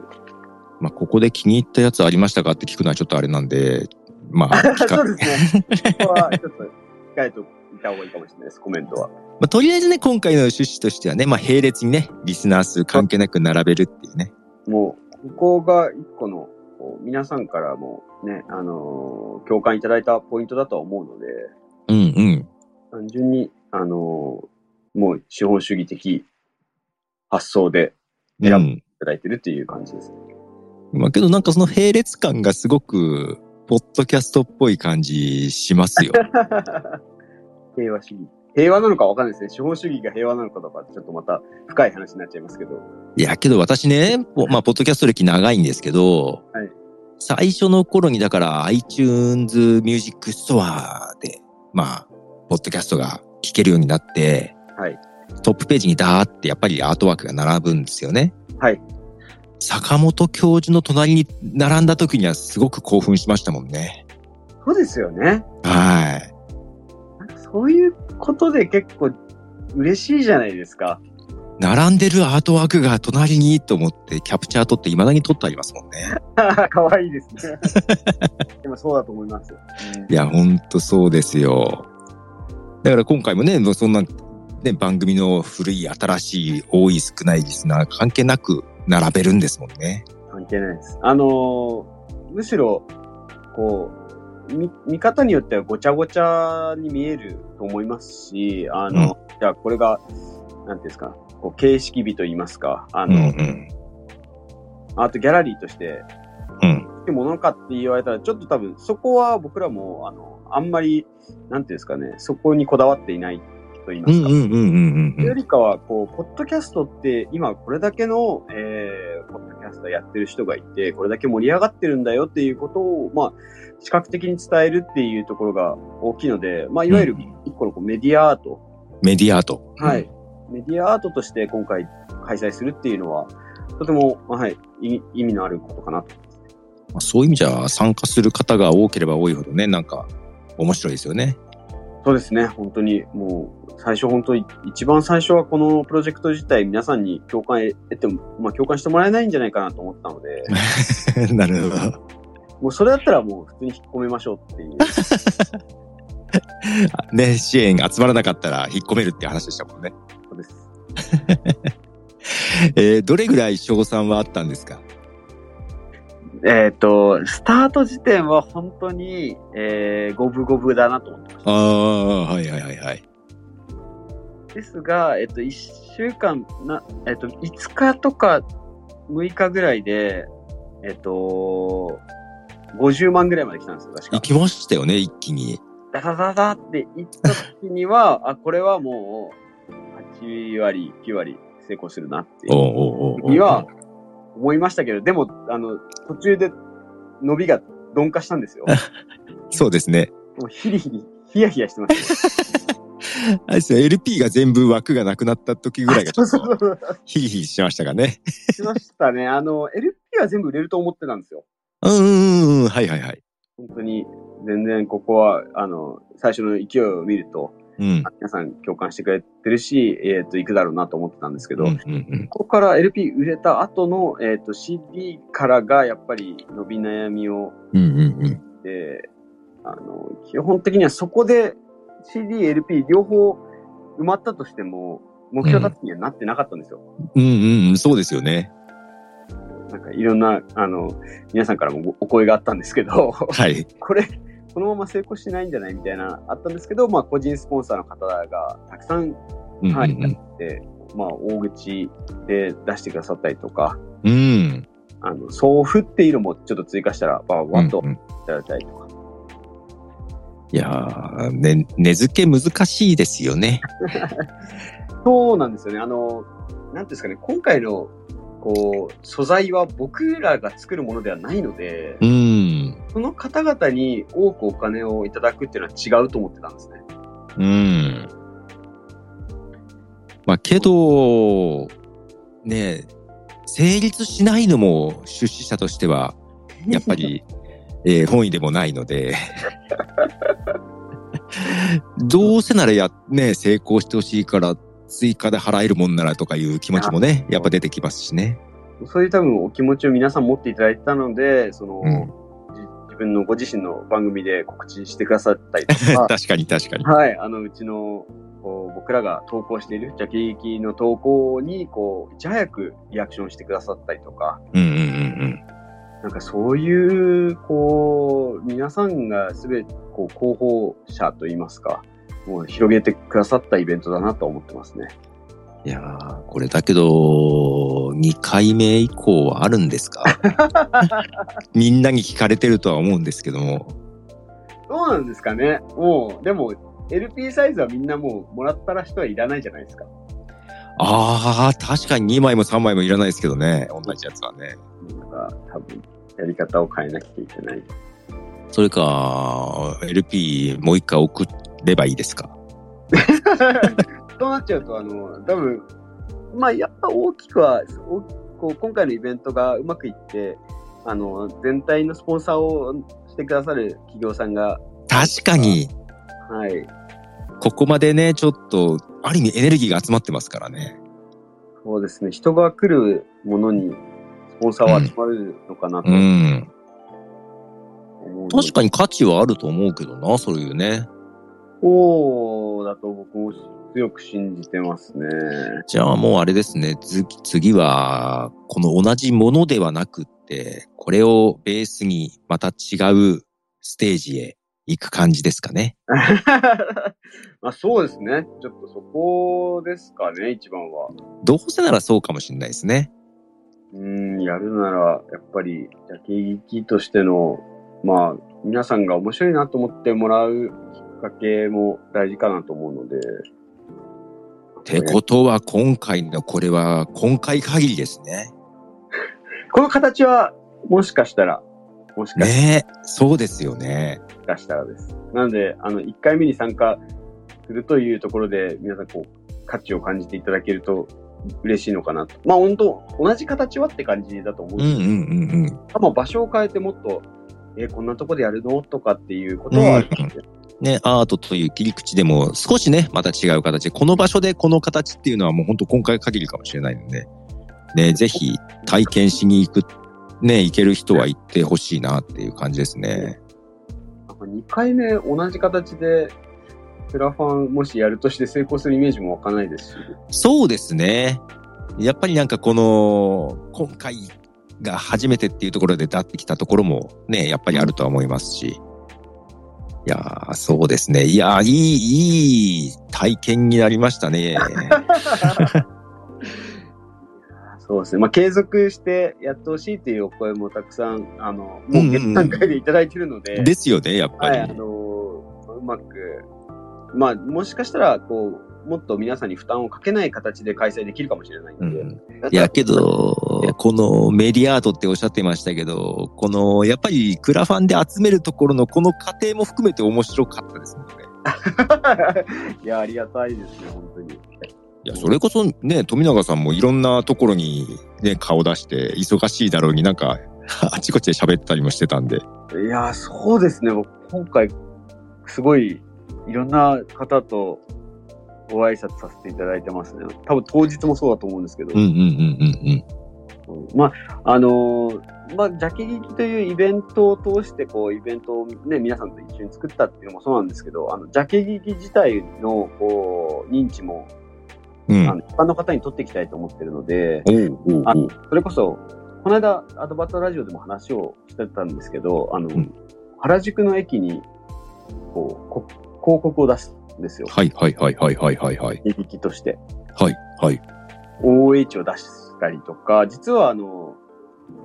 Speaker 1: まあ、ここで気に入ったやつありましたかって聞くのはちょっとあれなんで、まあ、聞か
Speaker 2: そうです ね。ここはちょっと控えておいた方がいいかもしれないです、コメントは。
Speaker 1: まあ、とりあえずね、今回の趣旨としてはね、まあ、並列にね、リスナー数関係なく並べるっていうね。
Speaker 2: もう、ここが一個の、こう皆さんからもね、あのー共感いただいたポイントだとは思うので、
Speaker 1: うんうん。
Speaker 2: 単純に、あのーもう資本主義的発想で
Speaker 1: う
Speaker 2: 選ぶ
Speaker 1: ん
Speaker 2: いただいてるっていう感じです。
Speaker 1: まあけどなんかその並列感がすごく、ポッドキャストっぽい感じします よ。
Speaker 2: 平和主義。平和なのかわかんないですね。資本主義が平和なのかとか、ちょっとまた深い話になっちゃいますけど。
Speaker 1: いや、けど私ね、ポまあ、ポッドキャスト歴長いんですけど、
Speaker 2: はい
Speaker 1: 最初の頃にだから iTunes Music Store で、まあ、ポッドキャストが聴けるようになって、
Speaker 2: はい
Speaker 1: トップページにダーってやっぱりアートワークが並ぶんですよね。
Speaker 2: はい
Speaker 1: 坂本教授の隣に並んだ時にはすごく興奮しましたもんね。
Speaker 2: そうですよね。
Speaker 1: はい。
Speaker 2: なんかそういうことで結構嬉しいじゃないです か。
Speaker 1: 並んでるアートワークが隣にと思ってキャプチャー撮って未だに撮ってありますもんね。
Speaker 2: かわいいです ね。でもそうだと思います。
Speaker 1: いや、ほんとそうですよ。だから今回もね、もうそんな、ね、番組の古い、新しい、多い、少ないリスナー関係なく並べるんですもんね。
Speaker 2: 関係ないです。あのーむしろ、こう、見、見方によってはごちゃごちゃに見えると思いますし、あの、じゃあこれが、なんていうんですか、こう、形式美と言いますか、あ
Speaker 1: うんう
Speaker 2: の、
Speaker 1: ん。
Speaker 2: アートギャラリーとして、
Speaker 1: うん。
Speaker 2: でものかって言われたら、ちょっと多分、そこは僕らも、あの、あんまり、なんていうんですかね、そこにこだわっていないと言いま
Speaker 1: う
Speaker 2: す
Speaker 1: ん
Speaker 2: か。
Speaker 1: うんうんうんう
Speaker 2: よ
Speaker 1: ん。
Speaker 2: りかは、こう、ポッドキャストって、今これだけの、えー、ポッドキャストやってる人がいて、これだけ盛り上がってるんだよっていうことを、まあ、視覚的に伝えるっていうところが大きいので、まあ、いわゆる
Speaker 1: うん
Speaker 2: 一個のこうメディアアート、
Speaker 1: メディアアート。
Speaker 2: はい。メディアアートとして今回開催するっていうのは、とても、はい、い意味のあることかなと。
Speaker 1: まあそういう意味じゃ、参加する方が多ければ多いほどね、なんか、面白いですよね。
Speaker 2: そうですね、本当に、もう、最初、本当に、一番最初はこのプロジェクト自体、皆さんに共感得ても、まあ、共感してもらえないんじゃないかなと思ったので、
Speaker 1: なるほど。
Speaker 2: もうそれだったらもう普通に引っ込めましょうっていう。
Speaker 1: ね、支援集まらなかったら引っ込めるって話でしたもんね。
Speaker 2: ことです。
Speaker 1: えーどれぐらい賞賛はあったんですか
Speaker 2: えっ、と、スタート時点は本当に、えー、五分五分だなと思ってまし
Speaker 1: ああ、はいはいはいはい。
Speaker 2: た。ですが、えっ、と、1週間、な、えっ、と、5日とか6日ぐらいで、えっ、と、50万ぐらいまで来たんですよ、確
Speaker 1: 行
Speaker 2: か。
Speaker 1: きましたよね、一気に。
Speaker 2: ダダダダって行った時には、あ、これはもう、8割、9割成功するなっていう。
Speaker 1: おうおうおうおう
Speaker 2: には思いましたけど、でも、あの、途中で伸びが鈍化したんですよ。
Speaker 1: そうですね。
Speaker 2: もうヒリヒリ、ヒヤヒヤしてますよ。
Speaker 1: あれですよ、LP が全部枠がなくなった時ぐらいがちょっ
Speaker 2: そう
Speaker 1: と
Speaker 2: そうそう
Speaker 1: ヒリヒリしましたかね。
Speaker 2: しましたね。あの、LP は全部売れると思ってたんですよ。
Speaker 1: うんうんうんうん、はいはいはい。
Speaker 2: 本当に、全然ここは、あの、最初の勢いを見ると、
Speaker 1: うん。
Speaker 2: 皆さん共感してくれてるし、えっ、と、行くだろうなと思ってたんですけ
Speaker 1: う
Speaker 2: ど、
Speaker 1: んうんうん、
Speaker 2: ここから LP 売れた後の、えっ、と、CD からが、やっぱり伸び悩みを
Speaker 1: うんうんうん。
Speaker 2: で、あの、基本的にはそこで CD、LP 両方埋まったとしても、目標達成にはなってなかったんですよ。
Speaker 1: うんうんうん、そうですよね。
Speaker 2: なんかいろんな、あの、皆さんからもごお声があったんですけど、
Speaker 1: はい。
Speaker 2: これ、このまま成功しないんじゃないみたいな、あったんですけど、まあ、個人スポンサーの方がたくさん、
Speaker 1: うん
Speaker 2: は
Speaker 1: う
Speaker 2: い、
Speaker 1: ん
Speaker 2: でまあ、大口で出してくださったりとか、
Speaker 1: うん。うん。
Speaker 2: あの、送付っていうのもちょっと追加したら、バーバーっと
Speaker 1: うんうん
Speaker 2: いただいたりとか。
Speaker 1: いやー、ね、根付け難しいですよね。
Speaker 2: そうなんですよね。あの、なんていうんですかね、今回の、こう、素材は僕らが作るものではないので、
Speaker 1: うん。
Speaker 2: その方々に多くお金をいただくっていうのは違うと思ってたんですね。
Speaker 1: うん。まあ、けど、ねえ、成立しないのも出資者としては、やっぱり、えー本意でもないので、 どうせならや、ね、成功してほしいから、追加で払えるもんならとかいう気持ちもね、やっぱ出てきますしね。
Speaker 2: そういう多分お気持ちを皆さん持っていただいてたので、その、
Speaker 1: うん
Speaker 2: じ自分のご自身の番組で告知してくださったりと か、
Speaker 1: 確かに確かに。
Speaker 2: はい、あの、うちの、こう僕らが投稿している、ジャケ劇の投稿に、こう、いち早くリアクションしてくださったりとか、
Speaker 1: うんうんうん
Speaker 2: なんかそういう、こう、皆さんがすべて、こう、広報者といいますか、もう広げてくださったイベントだなと思ってますね。
Speaker 1: うん。いやー、これだけど、2回目以降はあるんですかみんなに聞かれてるとは思うんですけども。
Speaker 2: どうなんですかねもう、でも、LP サイズはみんなもう、もらったら人はいらないじゃないですか。
Speaker 1: あー、確かに2枚も3枚もいらないですけどね。同じやつはね。
Speaker 2: なんか、多分、やり方を変えなきゃいけ ない。
Speaker 1: それか、LP もう一回送ればいいですか
Speaker 2: そうなっちゃうと、あの、多分、まあ、やっぱ大きくは、大きこう今回のイベントがうまくいって、あの、全体のスポンサーをしてくださる企業さんが、
Speaker 1: 確かに、
Speaker 2: はい、
Speaker 1: ここまでね、ちょっと、ある意味エネルギーが集まってますからね。
Speaker 2: そうですね、人が来るものに、スポンサーは集まるのかなと
Speaker 1: う
Speaker 2: 思
Speaker 1: ん。
Speaker 2: うので
Speaker 1: 確かに価値はあると思うけどな、そういうね。
Speaker 2: そうだと僕も強く信じてますね。
Speaker 1: じゃあもうあれですね、次次は、この同じものではなくって、これをベースにまた違うステージへ行く感じですかね。
Speaker 2: まあそうですね。ちょっとそこですかね、一番は。
Speaker 1: どうせならそうかもしれないですね。
Speaker 2: うん、やるなら、やっぱり、ジャケ劇としての、まあ、皆さんが面白いなと思ってもらうきっかけも大事かなと思うので。
Speaker 1: ってことは今回のこれは今回限りですね。
Speaker 2: この形は、もしかしたら、もしかし
Speaker 1: ねえ、そうですよね。
Speaker 2: かしたらです。なので、あの、1回目に参加するというところで、皆さん、こう、価値を感じていただけると嬉しいのかなと。まあ、本当同じ形はって感じだと思うん
Speaker 1: う
Speaker 2: で
Speaker 1: ん
Speaker 2: す
Speaker 1: うんうんうん。
Speaker 2: まあ場所を変えてもっと、えーこんなとこでやるのとかっていうことはあるんですけど、
Speaker 1: ね、アートという切り口でも少しね、また違う形で、この場所でこの形っていうのはもう本当今回限りかもしれないので、ね、ぜひ体験しに行く、ね、行ける人は行ってほしいなっていう感じですね。
Speaker 2: なんか2回目同じ形で、クラファンもしやるとして成功するイメージも湧かないですし、
Speaker 1: そうですね。やっぱりなんかこの、今回が初めてっていうところで立ってきたところもね、やっぱりあるとは思いますし。いやー、そうですね。いやー、いい、いい体験になりました ね。
Speaker 2: そうですね。まあ継続してやってほしいというお声もたくさん、あの、もう現段階でいただいてるので、
Speaker 1: ですよね、やっぱ
Speaker 2: は
Speaker 1: り。
Speaker 2: い、あのーうまく、まあもしかしたら、こう、もっと皆さんに負担をかけない形で開催できるかもしれないの
Speaker 1: う
Speaker 2: で、
Speaker 1: ん、いやけど、このメディアアートっておっしゃってましたけど、このやっぱりクラファンで集めるところのこの過程も含めて面白かったですもんね。
Speaker 2: いや、ありがたいですね、本当に。
Speaker 1: いや、それこそね、富永さんもいろんなところにね、顔出して、忙しいだろうになんか、 あちこちで喋ったりもしてたんで。
Speaker 2: いやー、そうですね。僕今回、すごい、いろんな方とご挨拶させていただいてますね。多分当日もそうだと思うんですけど。
Speaker 1: うんうんうんうんうん。
Speaker 2: まあ、あのーまあ、ジャケ劇というイベントを通して、こう、イベントをね、皆さんと一緒に作ったっていうのもそうなんですけど、あの、ジャケ劇自体の、こう、認知も、
Speaker 1: う
Speaker 2: あ
Speaker 1: ん。
Speaker 2: の、一般の方に取っていきたいと思ってるので、
Speaker 1: おうおう
Speaker 2: あ
Speaker 1: おう
Speaker 2: それこそ、この間、アドバタラジオでも話をしてたんですけど、あの、
Speaker 1: ん
Speaker 2: 原宿の駅に、こうこ、広告を出すんですよ。
Speaker 1: はいはいはいはいはいはいはい。
Speaker 2: 駅域として。
Speaker 1: はいはい。
Speaker 2: OH を出したりとか、実はあの、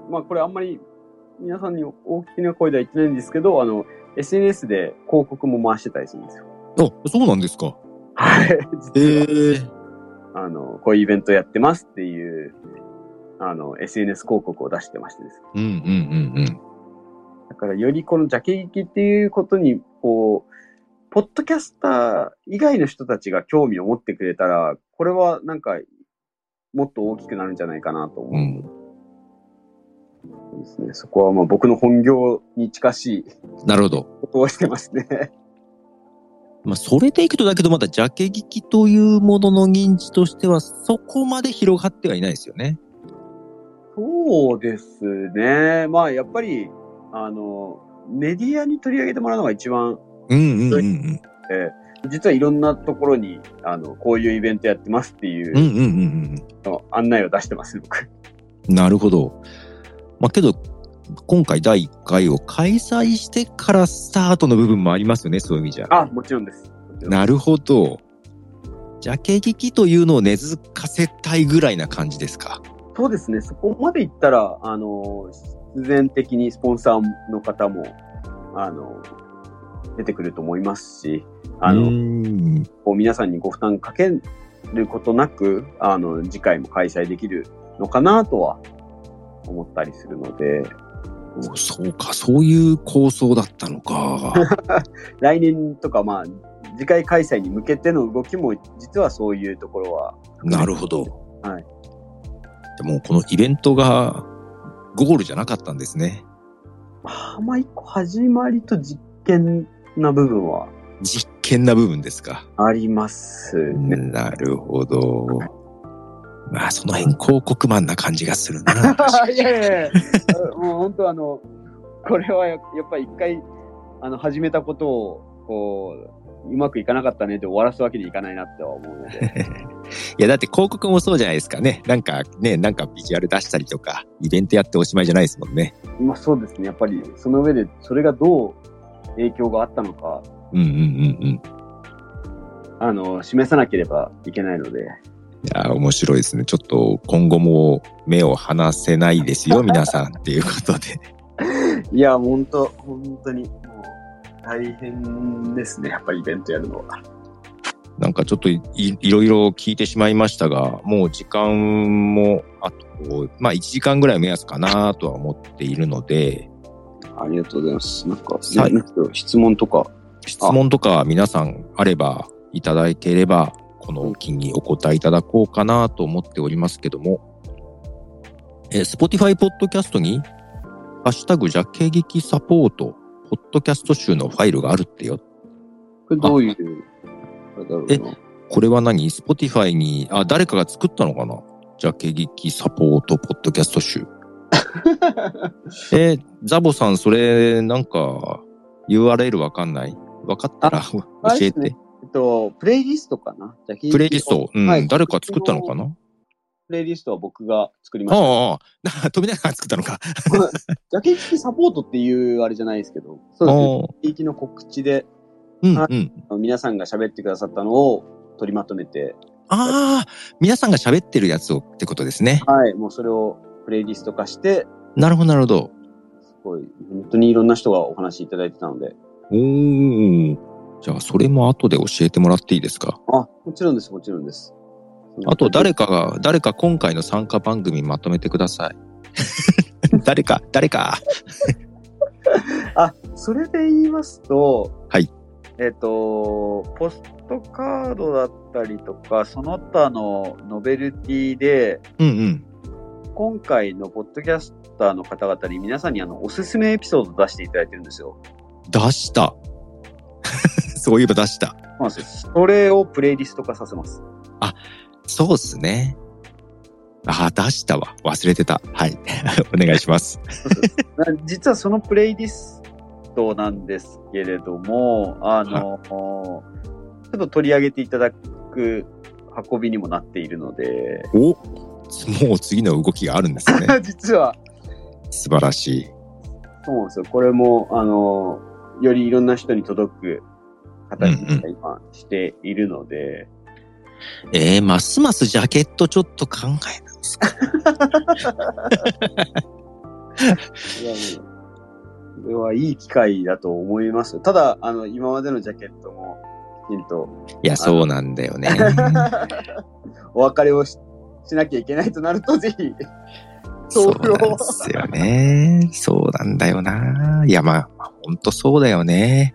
Speaker 2: まあこれあんまり皆さんに大きな声では言ってないんですけど、あの、SNS で広告も回してたりするんですよ。
Speaker 1: あ、そうなんですか。
Speaker 2: はい。
Speaker 1: ええ
Speaker 2: 実は、 あの、こういうイベントやってますっていう、あの、SNS 広告を出してましてですね
Speaker 1: うんうんうんうん。
Speaker 2: だからよりこのジャケ劇っていうことに、こう、ポッドキャスター以外の人たちが興味を持ってくれたら、これはなんか、もっと大きくなるんじゃないかなと
Speaker 1: う
Speaker 2: 思
Speaker 1: ん。
Speaker 2: うんですね。そこはまあ僕の本業に近しい
Speaker 1: なるほど。
Speaker 2: ことをしてますね。
Speaker 1: まあ、それでいくとだけど、まだジャケ聞きというものの認知としては、そこまで広がってはいないですよね。
Speaker 2: そうですね。まあやっぱり、あの、メディアに取り上げてもらうのが一番
Speaker 1: うんうんうん
Speaker 2: えー実はいろんなところに、あの、こういうイベントやってますってい
Speaker 1: うん。うん
Speaker 2: う
Speaker 1: うんうん
Speaker 2: の案内を出してます、僕。
Speaker 1: うん。なるほど。まあ、けど、今回第1回を開催してからスタートの部分もありますよね、そういう意味じゃ。
Speaker 2: あ、もちろんです。もちろんです
Speaker 1: なるほど。じゃあ、景気というのを根付かせたいぐらいな感じですか。
Speaker 2: そうですね、そこまでいったら、あの、必然的にスポンサーの方も、あの、出てくると思いますし、あ
Speaker 1: うー
Speaker 2: の、
Speaker 1: ん
Speaker 2: こう皆さんにご負担かけることなく、あの、次回も開催できるのかなとは思ったりするので、
Speaker 1: そうか、そういう構想だったのか。
Speaker 2: 来年とか、まあ、次回開催に向けての動きも、実はそういうところは、
Speaker 1: なるほど。
Speaker 2: はい。
Speaker 1: でも、このイベントがゴールじゃなかったんですね。
Speaker 2: まあ、まあ、一個始まりと実験な部分は
Speaker 1: 実験な部分ですか。
Speaker 2: ありますね。
Speaker 1: なるほど。まあ、その辺、広告マンな感じがする な。
Speaker 2: いやいやいや、もう本当あの、これはややっぱり一回、あの、始めたことを、こう、うまくいかなかったねって終わらすわけにいかないなっては思うので。
Speaker 1: いや、だって広告もそうじゃないですかね。なんかね、なんかビジュアル出したりとか、イベントやっておしまいじゃないですもんね。
Speaker 2: まあそうですね、やっぱり、その上で、それがどう影響があったのか、
Speaker 1: うんうんうんうん。い
Speaker 2: あの、示さなければいけないので。
Speaker 1: や、面白いですね。ちょっと今後も目を離せないですよ、皆さん。っていうことで。
Speaker 2: いや、本当本当に、もう、大変ですね、やっぱりイベントやるのは。
Speaker 1: なんかちょっといいいろいろ聞いてしまいましたが、もう時間もあと、まあ1時間ぐらい目安かなとは思っているので、
Speaker 2: ありがとうございます。なんか、
Speaker 1: はい
Speaker 2: なんか質問とか、
Speaker 1: 質問とか皆さんあればいただければ、この機にお答えいただこうかなと思っておりますけども、えー、Spotify ポッドキャストに、ハッシュタグ、ジャケ劇サポート、ポッドキャスト集のファイルがあるってよ。
Speaker 2: これどういう、あれだろうな。
Speaker 1: これは何 ?Spotify に、あ、誰かが作ったのかなジャケ劇サポート、ポッドキャスト 集。えーザボさん、それ、なんか、URL わかんない分かったら教
Speaker 2: あれ
Speaker 1: え
Speaker 2: ですね
Speaker 1: て。
Speaker 2: えっと、プレイリストかなじゃあ
Speaker 1: プレイリスト、うん、
Speaker 2: はい
Speaker 1: 誰か作ったのかな
Speaker 2: プレイリストは僕が作りま
Speaker 1: あ
Speaker 2: し
Speaker 1: あああ、 富永が作ったのか。
Speaker 2: た。 ジャケ聞きサポートっていうあれじゃないですけど、そう
Speaker 1: あ
Speaker 2: ですね。
Speaker 1: あ
Speaker 2: 地域の告知で、
Speaker 1: うん、
Speaker 2: は
Speaker 1: うん。
Speaker 2: 皆さんが喋ってくださったのを取りまとめて、
Speaker 1: ああ、皆さんが喋ってるやつをってことですね。
Speaker 2: はい、もうそれをプレイリスト化して、
Speaker 1: なるほど、なるほど。
Speaker 2: すごい、本当にいろんな人がお話しいただいてたので、
Speaker 1: おーじゃあ、それも後で教えてもらっていいですか
Speaker 2: あ、もちろんです、もちろんです。
Speaker 1: あと、誰かが、誰か今回の参加番組まとめてください。 誰か、誰か。
Speaker 2: あ、それで言いますと、
Speaker 1: はい。
Speaker 2: えっ、と、ポストカードだったりとか、その他のノベルティで、
Speaker 1: うんうん。
Speaker 2: 今回のポッドキャスターの方々に皆さんにあのおすすめエピソード出していただいてるんですよ。
Speaker 1: 出した。 そういえば出した。
Speaker 2: そうなんですよそれをプレイリスト化させます。
Speaker 1: そうっすね。ああ、出したわ。忘れてた。はい。 お願いします。
Speaker 2: な実はそのプレイリストなんですけれども、あの、ちょっと取り上げていただく運びにもなっているの で、
Speaker 1: おもう次の動きがあるんです ね。
Speaker 2: 実は
Speaker 1: 素晴らしい。
Speaker 2: そうなんですよ。これも、あの、よりいろんな人に届く形に今しているので、
Speaker 1: えー、ますますジャケットちょっと考えな。
Speaker 2: いやもうこれはいい機会だと思います。ただ、あの、今までのジャケットも、きちんと、
Speaker 1: いや、そうなんだよね。
Speaker 2: お別れをししなきゃいけないとなると、ぜひ、
Speaker 1: そうなんですよね。そうなんだよな。いや、まあ、まあ、ほんとそうだよね。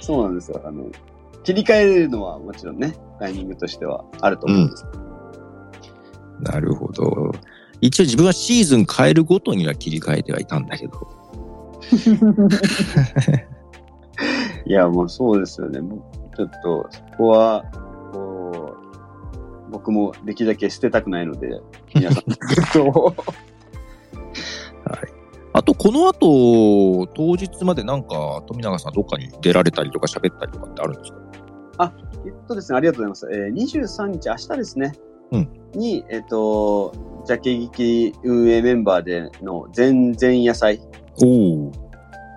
Speaker 2: そうなんですよ。あの、切り替えるのはもちろんね、タイミングとしてはあると思うんです。
Speaker 1: なるほど。一応自分はシーズン変えるごとには切り替えてはいたんだけど。
Speaker 2: いや、もうそうですよね。もうちょっと、そこは、こう、僕もできるだけ捨てたくないので、皆 さんのことを。
Speaker 1: あと、この後、当日までなんか、富永さんどっかに出られたりとか喋ったりとかってあるんですか
Speaker 2: えっとですね、ありがとうございます。えー、23日、明日ですね。
Speaker 1: うん
Speaker 2: に、えっと、ジャケ劇運営メンバーでの全然野菜
Speaker 1: おお。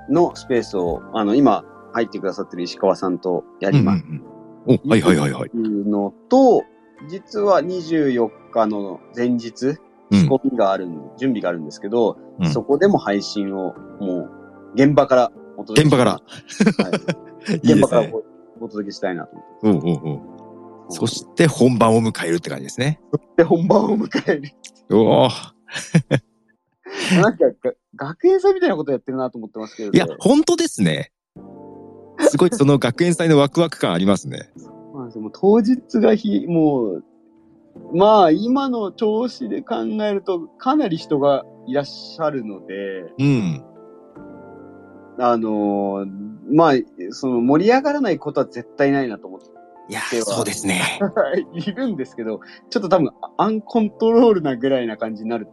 Speaker 2: のスペースを、あの、今、入ってくださってる石川さんとや
Speaker 1: うん
Speaker 2: り
Speaker 1: うんう
Speaker 2: ま
Speaker 1: んお、はいはいはいはい。
Speaker 2: いうのと、実は24日の前日、
Speaker 1: うん
Speaker 2: 仕込みがある、ん、準備があるんですけど、
Speaker 1: うん
Speaker 2: そこでも配信を、もう、現場からお届け
Speaker 1: 現場から
Speaker 2: は い
Speaker 1: いいで
Speaker 2: 現
Speaker 1: す
Speaker 2: 場から
Speaker 1: ね。
Speaker 2: おお届けしたいなと思
Speaker 1: うんうんうん。
Speaker 2: って。
Speaker 1: そして本番を迎えるって感じですね。
Speaker 2: て本番を迎える。
Speaker 1: おお。
Speaker 2: なんか、が学園祭みたいなことやってるなと思ってますけれど。
Speaker 1: いや、本当ですね。すごいその学園祭のワクワク感ありますね。
Speaker 2: そうなんですよもう当日がひ、もう、まあ、今の調子で考えると、かなり人がいらっしゃるので、
Speaker 1: うん。
Speaker 2: あのーまあ、その盛り上がらないことは絶対ないなと思って、
Speaker 1: いや
Speaker 2: で、は
Speaker 1: そうですね。
Speaker 2: いるんですけど、ちょっと多分、アンコントロールなぐらいな感じになる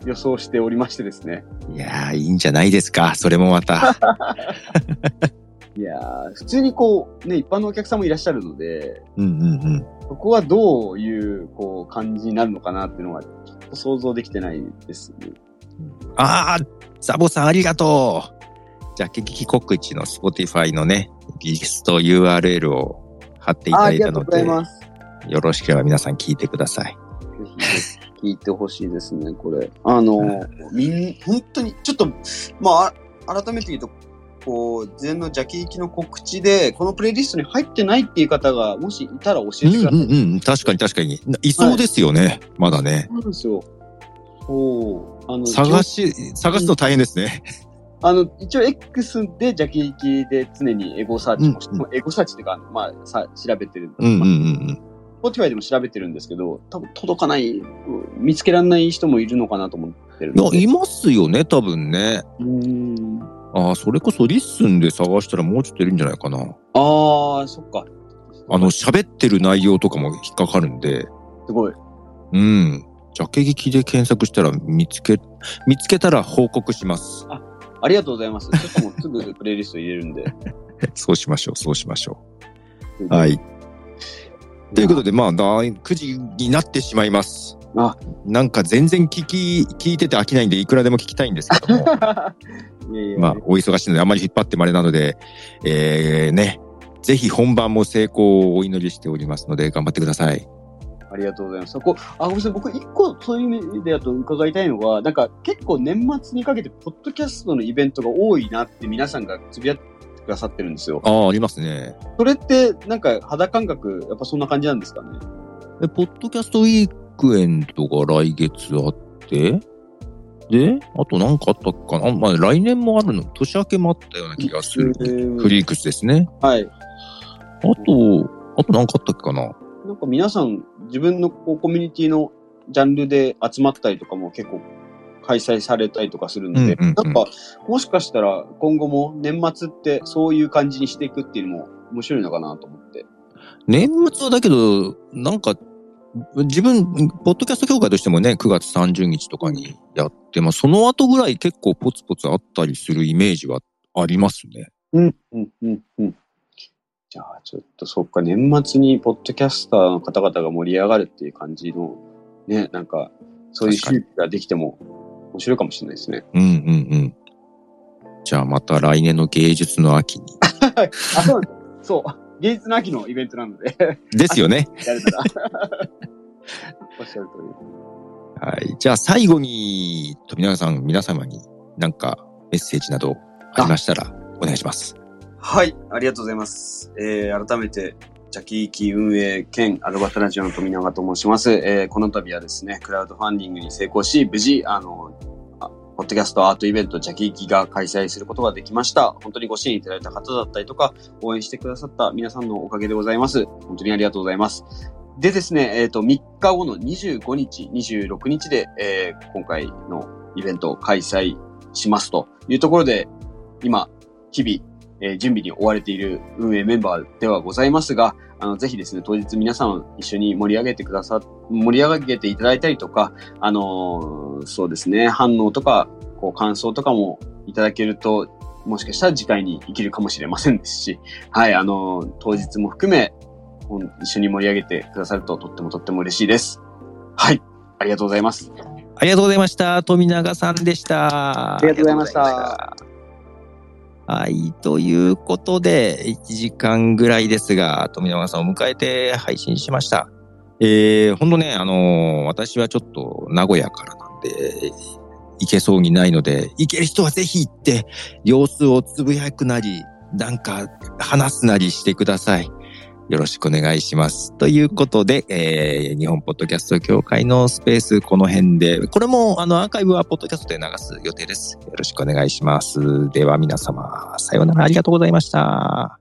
Speaker 2: と予想しておりましてですね。
Speaker 1: いやー、いいんじゃないですか。それもま た。
Speaker 2: いやー普通にこう、ね、一般のお客さんもいらっしゃるので、
Speaker 1: うんうんうん。
Speaker 2: そこはどういう、こう、感じになるのかなっていうのは、ちょっと想像できてないですね。
Speaker 1: あー、ザボさんありがとう。じゃあ、激キ告知の Spotify のね、リスト URL を貼っていた
Speaker 2: あーあ
Speaker 1: だ
Speaker 2: り
Speaker 1: いた
Speaker 2: がとう
Speaker 1: の
Speaker 2: ござ
Speaker 1: で
Speaker 2: い、ます。
Speaker 1: よろしければ皆さん聞いてください。
Speaker 2: ぜひ聞いてほしいですね、これ。あの、みん、本当に、ちょっと、まああ、改めて言うと、こう、前のジャキ行きの告知で、このプレイリストに入ってないっていう方が、もしいたら教
Speaker 1: う
Speaker 2: え
Speaker 1: ん
Speaker 2: てください。
Speaker 1: うんうん。確かに確かに。いそうですよね。まだね。
Speaker 2: そうなんですよ。そう。あの、
Speaker 1: 探
Speaker 2: 一応
Speaker 1: し、探すの大変ですね。
Speaker 2: あの、一応 X でジャキ行きで常にエゴサーチもして、
Speaker 1: うん
Speaker 2: エゴサーチっていうか、あのまあ、さ調べてる。
Speaker 1: うんうんう
Speaker 2: まあ
Speaker 1: ん
Speaker 2: Spotify でも調べてるんですけど、多分届かない、見つけられない人もいるのかなと思ってるん
Speaker 1: うん。
Speaker 2: で。
Speaker 1: いや、いますよね、多分ね。
Speaker 2: うーん。
Speaker 1: ああ、それこそリッスンで探したらもうちょっといるんじゃないかな。
Speaker 2: ああ、そっか。
Speaker 1: あの、、喋ってる内容とかも引っかかるんで、
Speaker 2: すごい。
Speaker 1: うん。ジャケ劇で検索したら見つけ、見つけたら報告します。
Speaker 2: ありがとうございます。ちょっともうすぐプレイリスト入れるんで。。
Speaker 1: そうしましょう、そうしましょう。はい い。ということで、まあ、だ9時になってしまいます。
Speaker 2: あ
Speaker 1: なんか全然聞き、聞いてて飽きないんで、いくらでも聞きたいんですけど も。
Speaker 2: いやいや、
Speaker 1: まあ、お忙しいので、あんまり引っ張ってもあれなので、えー、ね、ぜひ本番も成功をお祈りしておりますので、頑張ってください。
Speaker 2: ありがとうございます。そこ、あ、ごめんなさい。僕、一個、そういう意味でだと伺いたいのは、なんか、結構年末にかけて、ポッドキャストのイベントが多いなって皆さんがつぶやってくださってるんですよ。
Speaker 1: ああ、ありますね。
Speaker 2: それって、なんか、肌感覚、やっぱそんな感じなんですかね。
Speaker 1: え、ポッドキャストウィークエンドが来月あって、で、あとなんかあったかなまあ、来年もあるの、年明けもあったような気がする。フリークスですね。
Speaker 2: はい。
Speaker 1: あと、あとなんかあったっけかな
Speaker 2: なんか皆さん、自分のこうコミュニティのジャンルで集まったりとかも結構開催されたりとかするので、
Speaker 1: うんうんうん
Speaker 2: なんか、もしかしたら今後も年末ってそういう感じにしていくっていうのも面白いのかなと思って。
Speaker 1: 年末はだけど、なんか、自分、ポッドキャスト協会としてもね、9月30日とかにやってます。その後ぐらい結構ポツポツあったりするイメージはありますね。
Speaker 2: うん、うん、うん、うん。じゃあ、ちょっとそっか、年末にポッドキャスターの方々が盛り上がるっていう感じの、ね、なんか、そういう
Speaker 1: 確かに
Speaker 2: 周期ができても面白いかもしれないですね。
Speaker 1: うんうんうん。じゃあまた来年の芸術の秋に。
Speaker 2: あ、そうなんですよそう。 芸術の秋のイベントなので。
Speaker 1: ですよね。
Speaker 2: やるなら。 おっしゃる通り。
Speaker 1: はい。じゃあ最後に、富永さん、皆様になんかメッセージなどありましたらお願いします。
Speaker 2: はい、ありがとうございます。えー、改めて、ジャキイキ運営兼アルバタラジオの富永と申します。えー、この度はですね、クラウドファンディングに成功し、無事、あの、あポッドキャストアートイベントジャキイキが開催することができました。本当にご支援いただいた方だったりとか、応援してくださった皆さんのおかげでございます。本当にありがとうございます。でですね、えっ、と、3日後の25日、26日で、えー今回のイベントを開催しますというところで、今、日々、えー準備に追われている運営メンバーではございますが、あの、ぜひですね、当日皆さん一緒に盛り上げてくださ、盛り上げていただいたりとか、あのーそうですね、反応とか、こう、感想とかもいただけると、もしかしたら次回に生きるかもしれませんですし、はい、あのー当日も含め、ほん一緒に盛り上げてくださるととってもとっても嬉しいです。はい、ありがとうございます。
Speaker 1: ありがとうございました。富永さんでした。
Speaker 2: ありがとうございました。
Speaker 1: はい。ということで、1時間ぐらいですが、富永さんを迎えて配信しました。えー、ほんとね、あのー私はちょっと名古屋からなんで、行けそうにないので、行ける人はぜひ行って、様子をつぶやくなり、なんか話すなりしてください。よろしくお願いします。ということで、えー、日本ポッドキャスト協会のスペース、この辺で、これも、あの、アーカイブはポッドキャストで流す予定です。よろしくお願いします。では皆様、さようなら、ありがとうございました。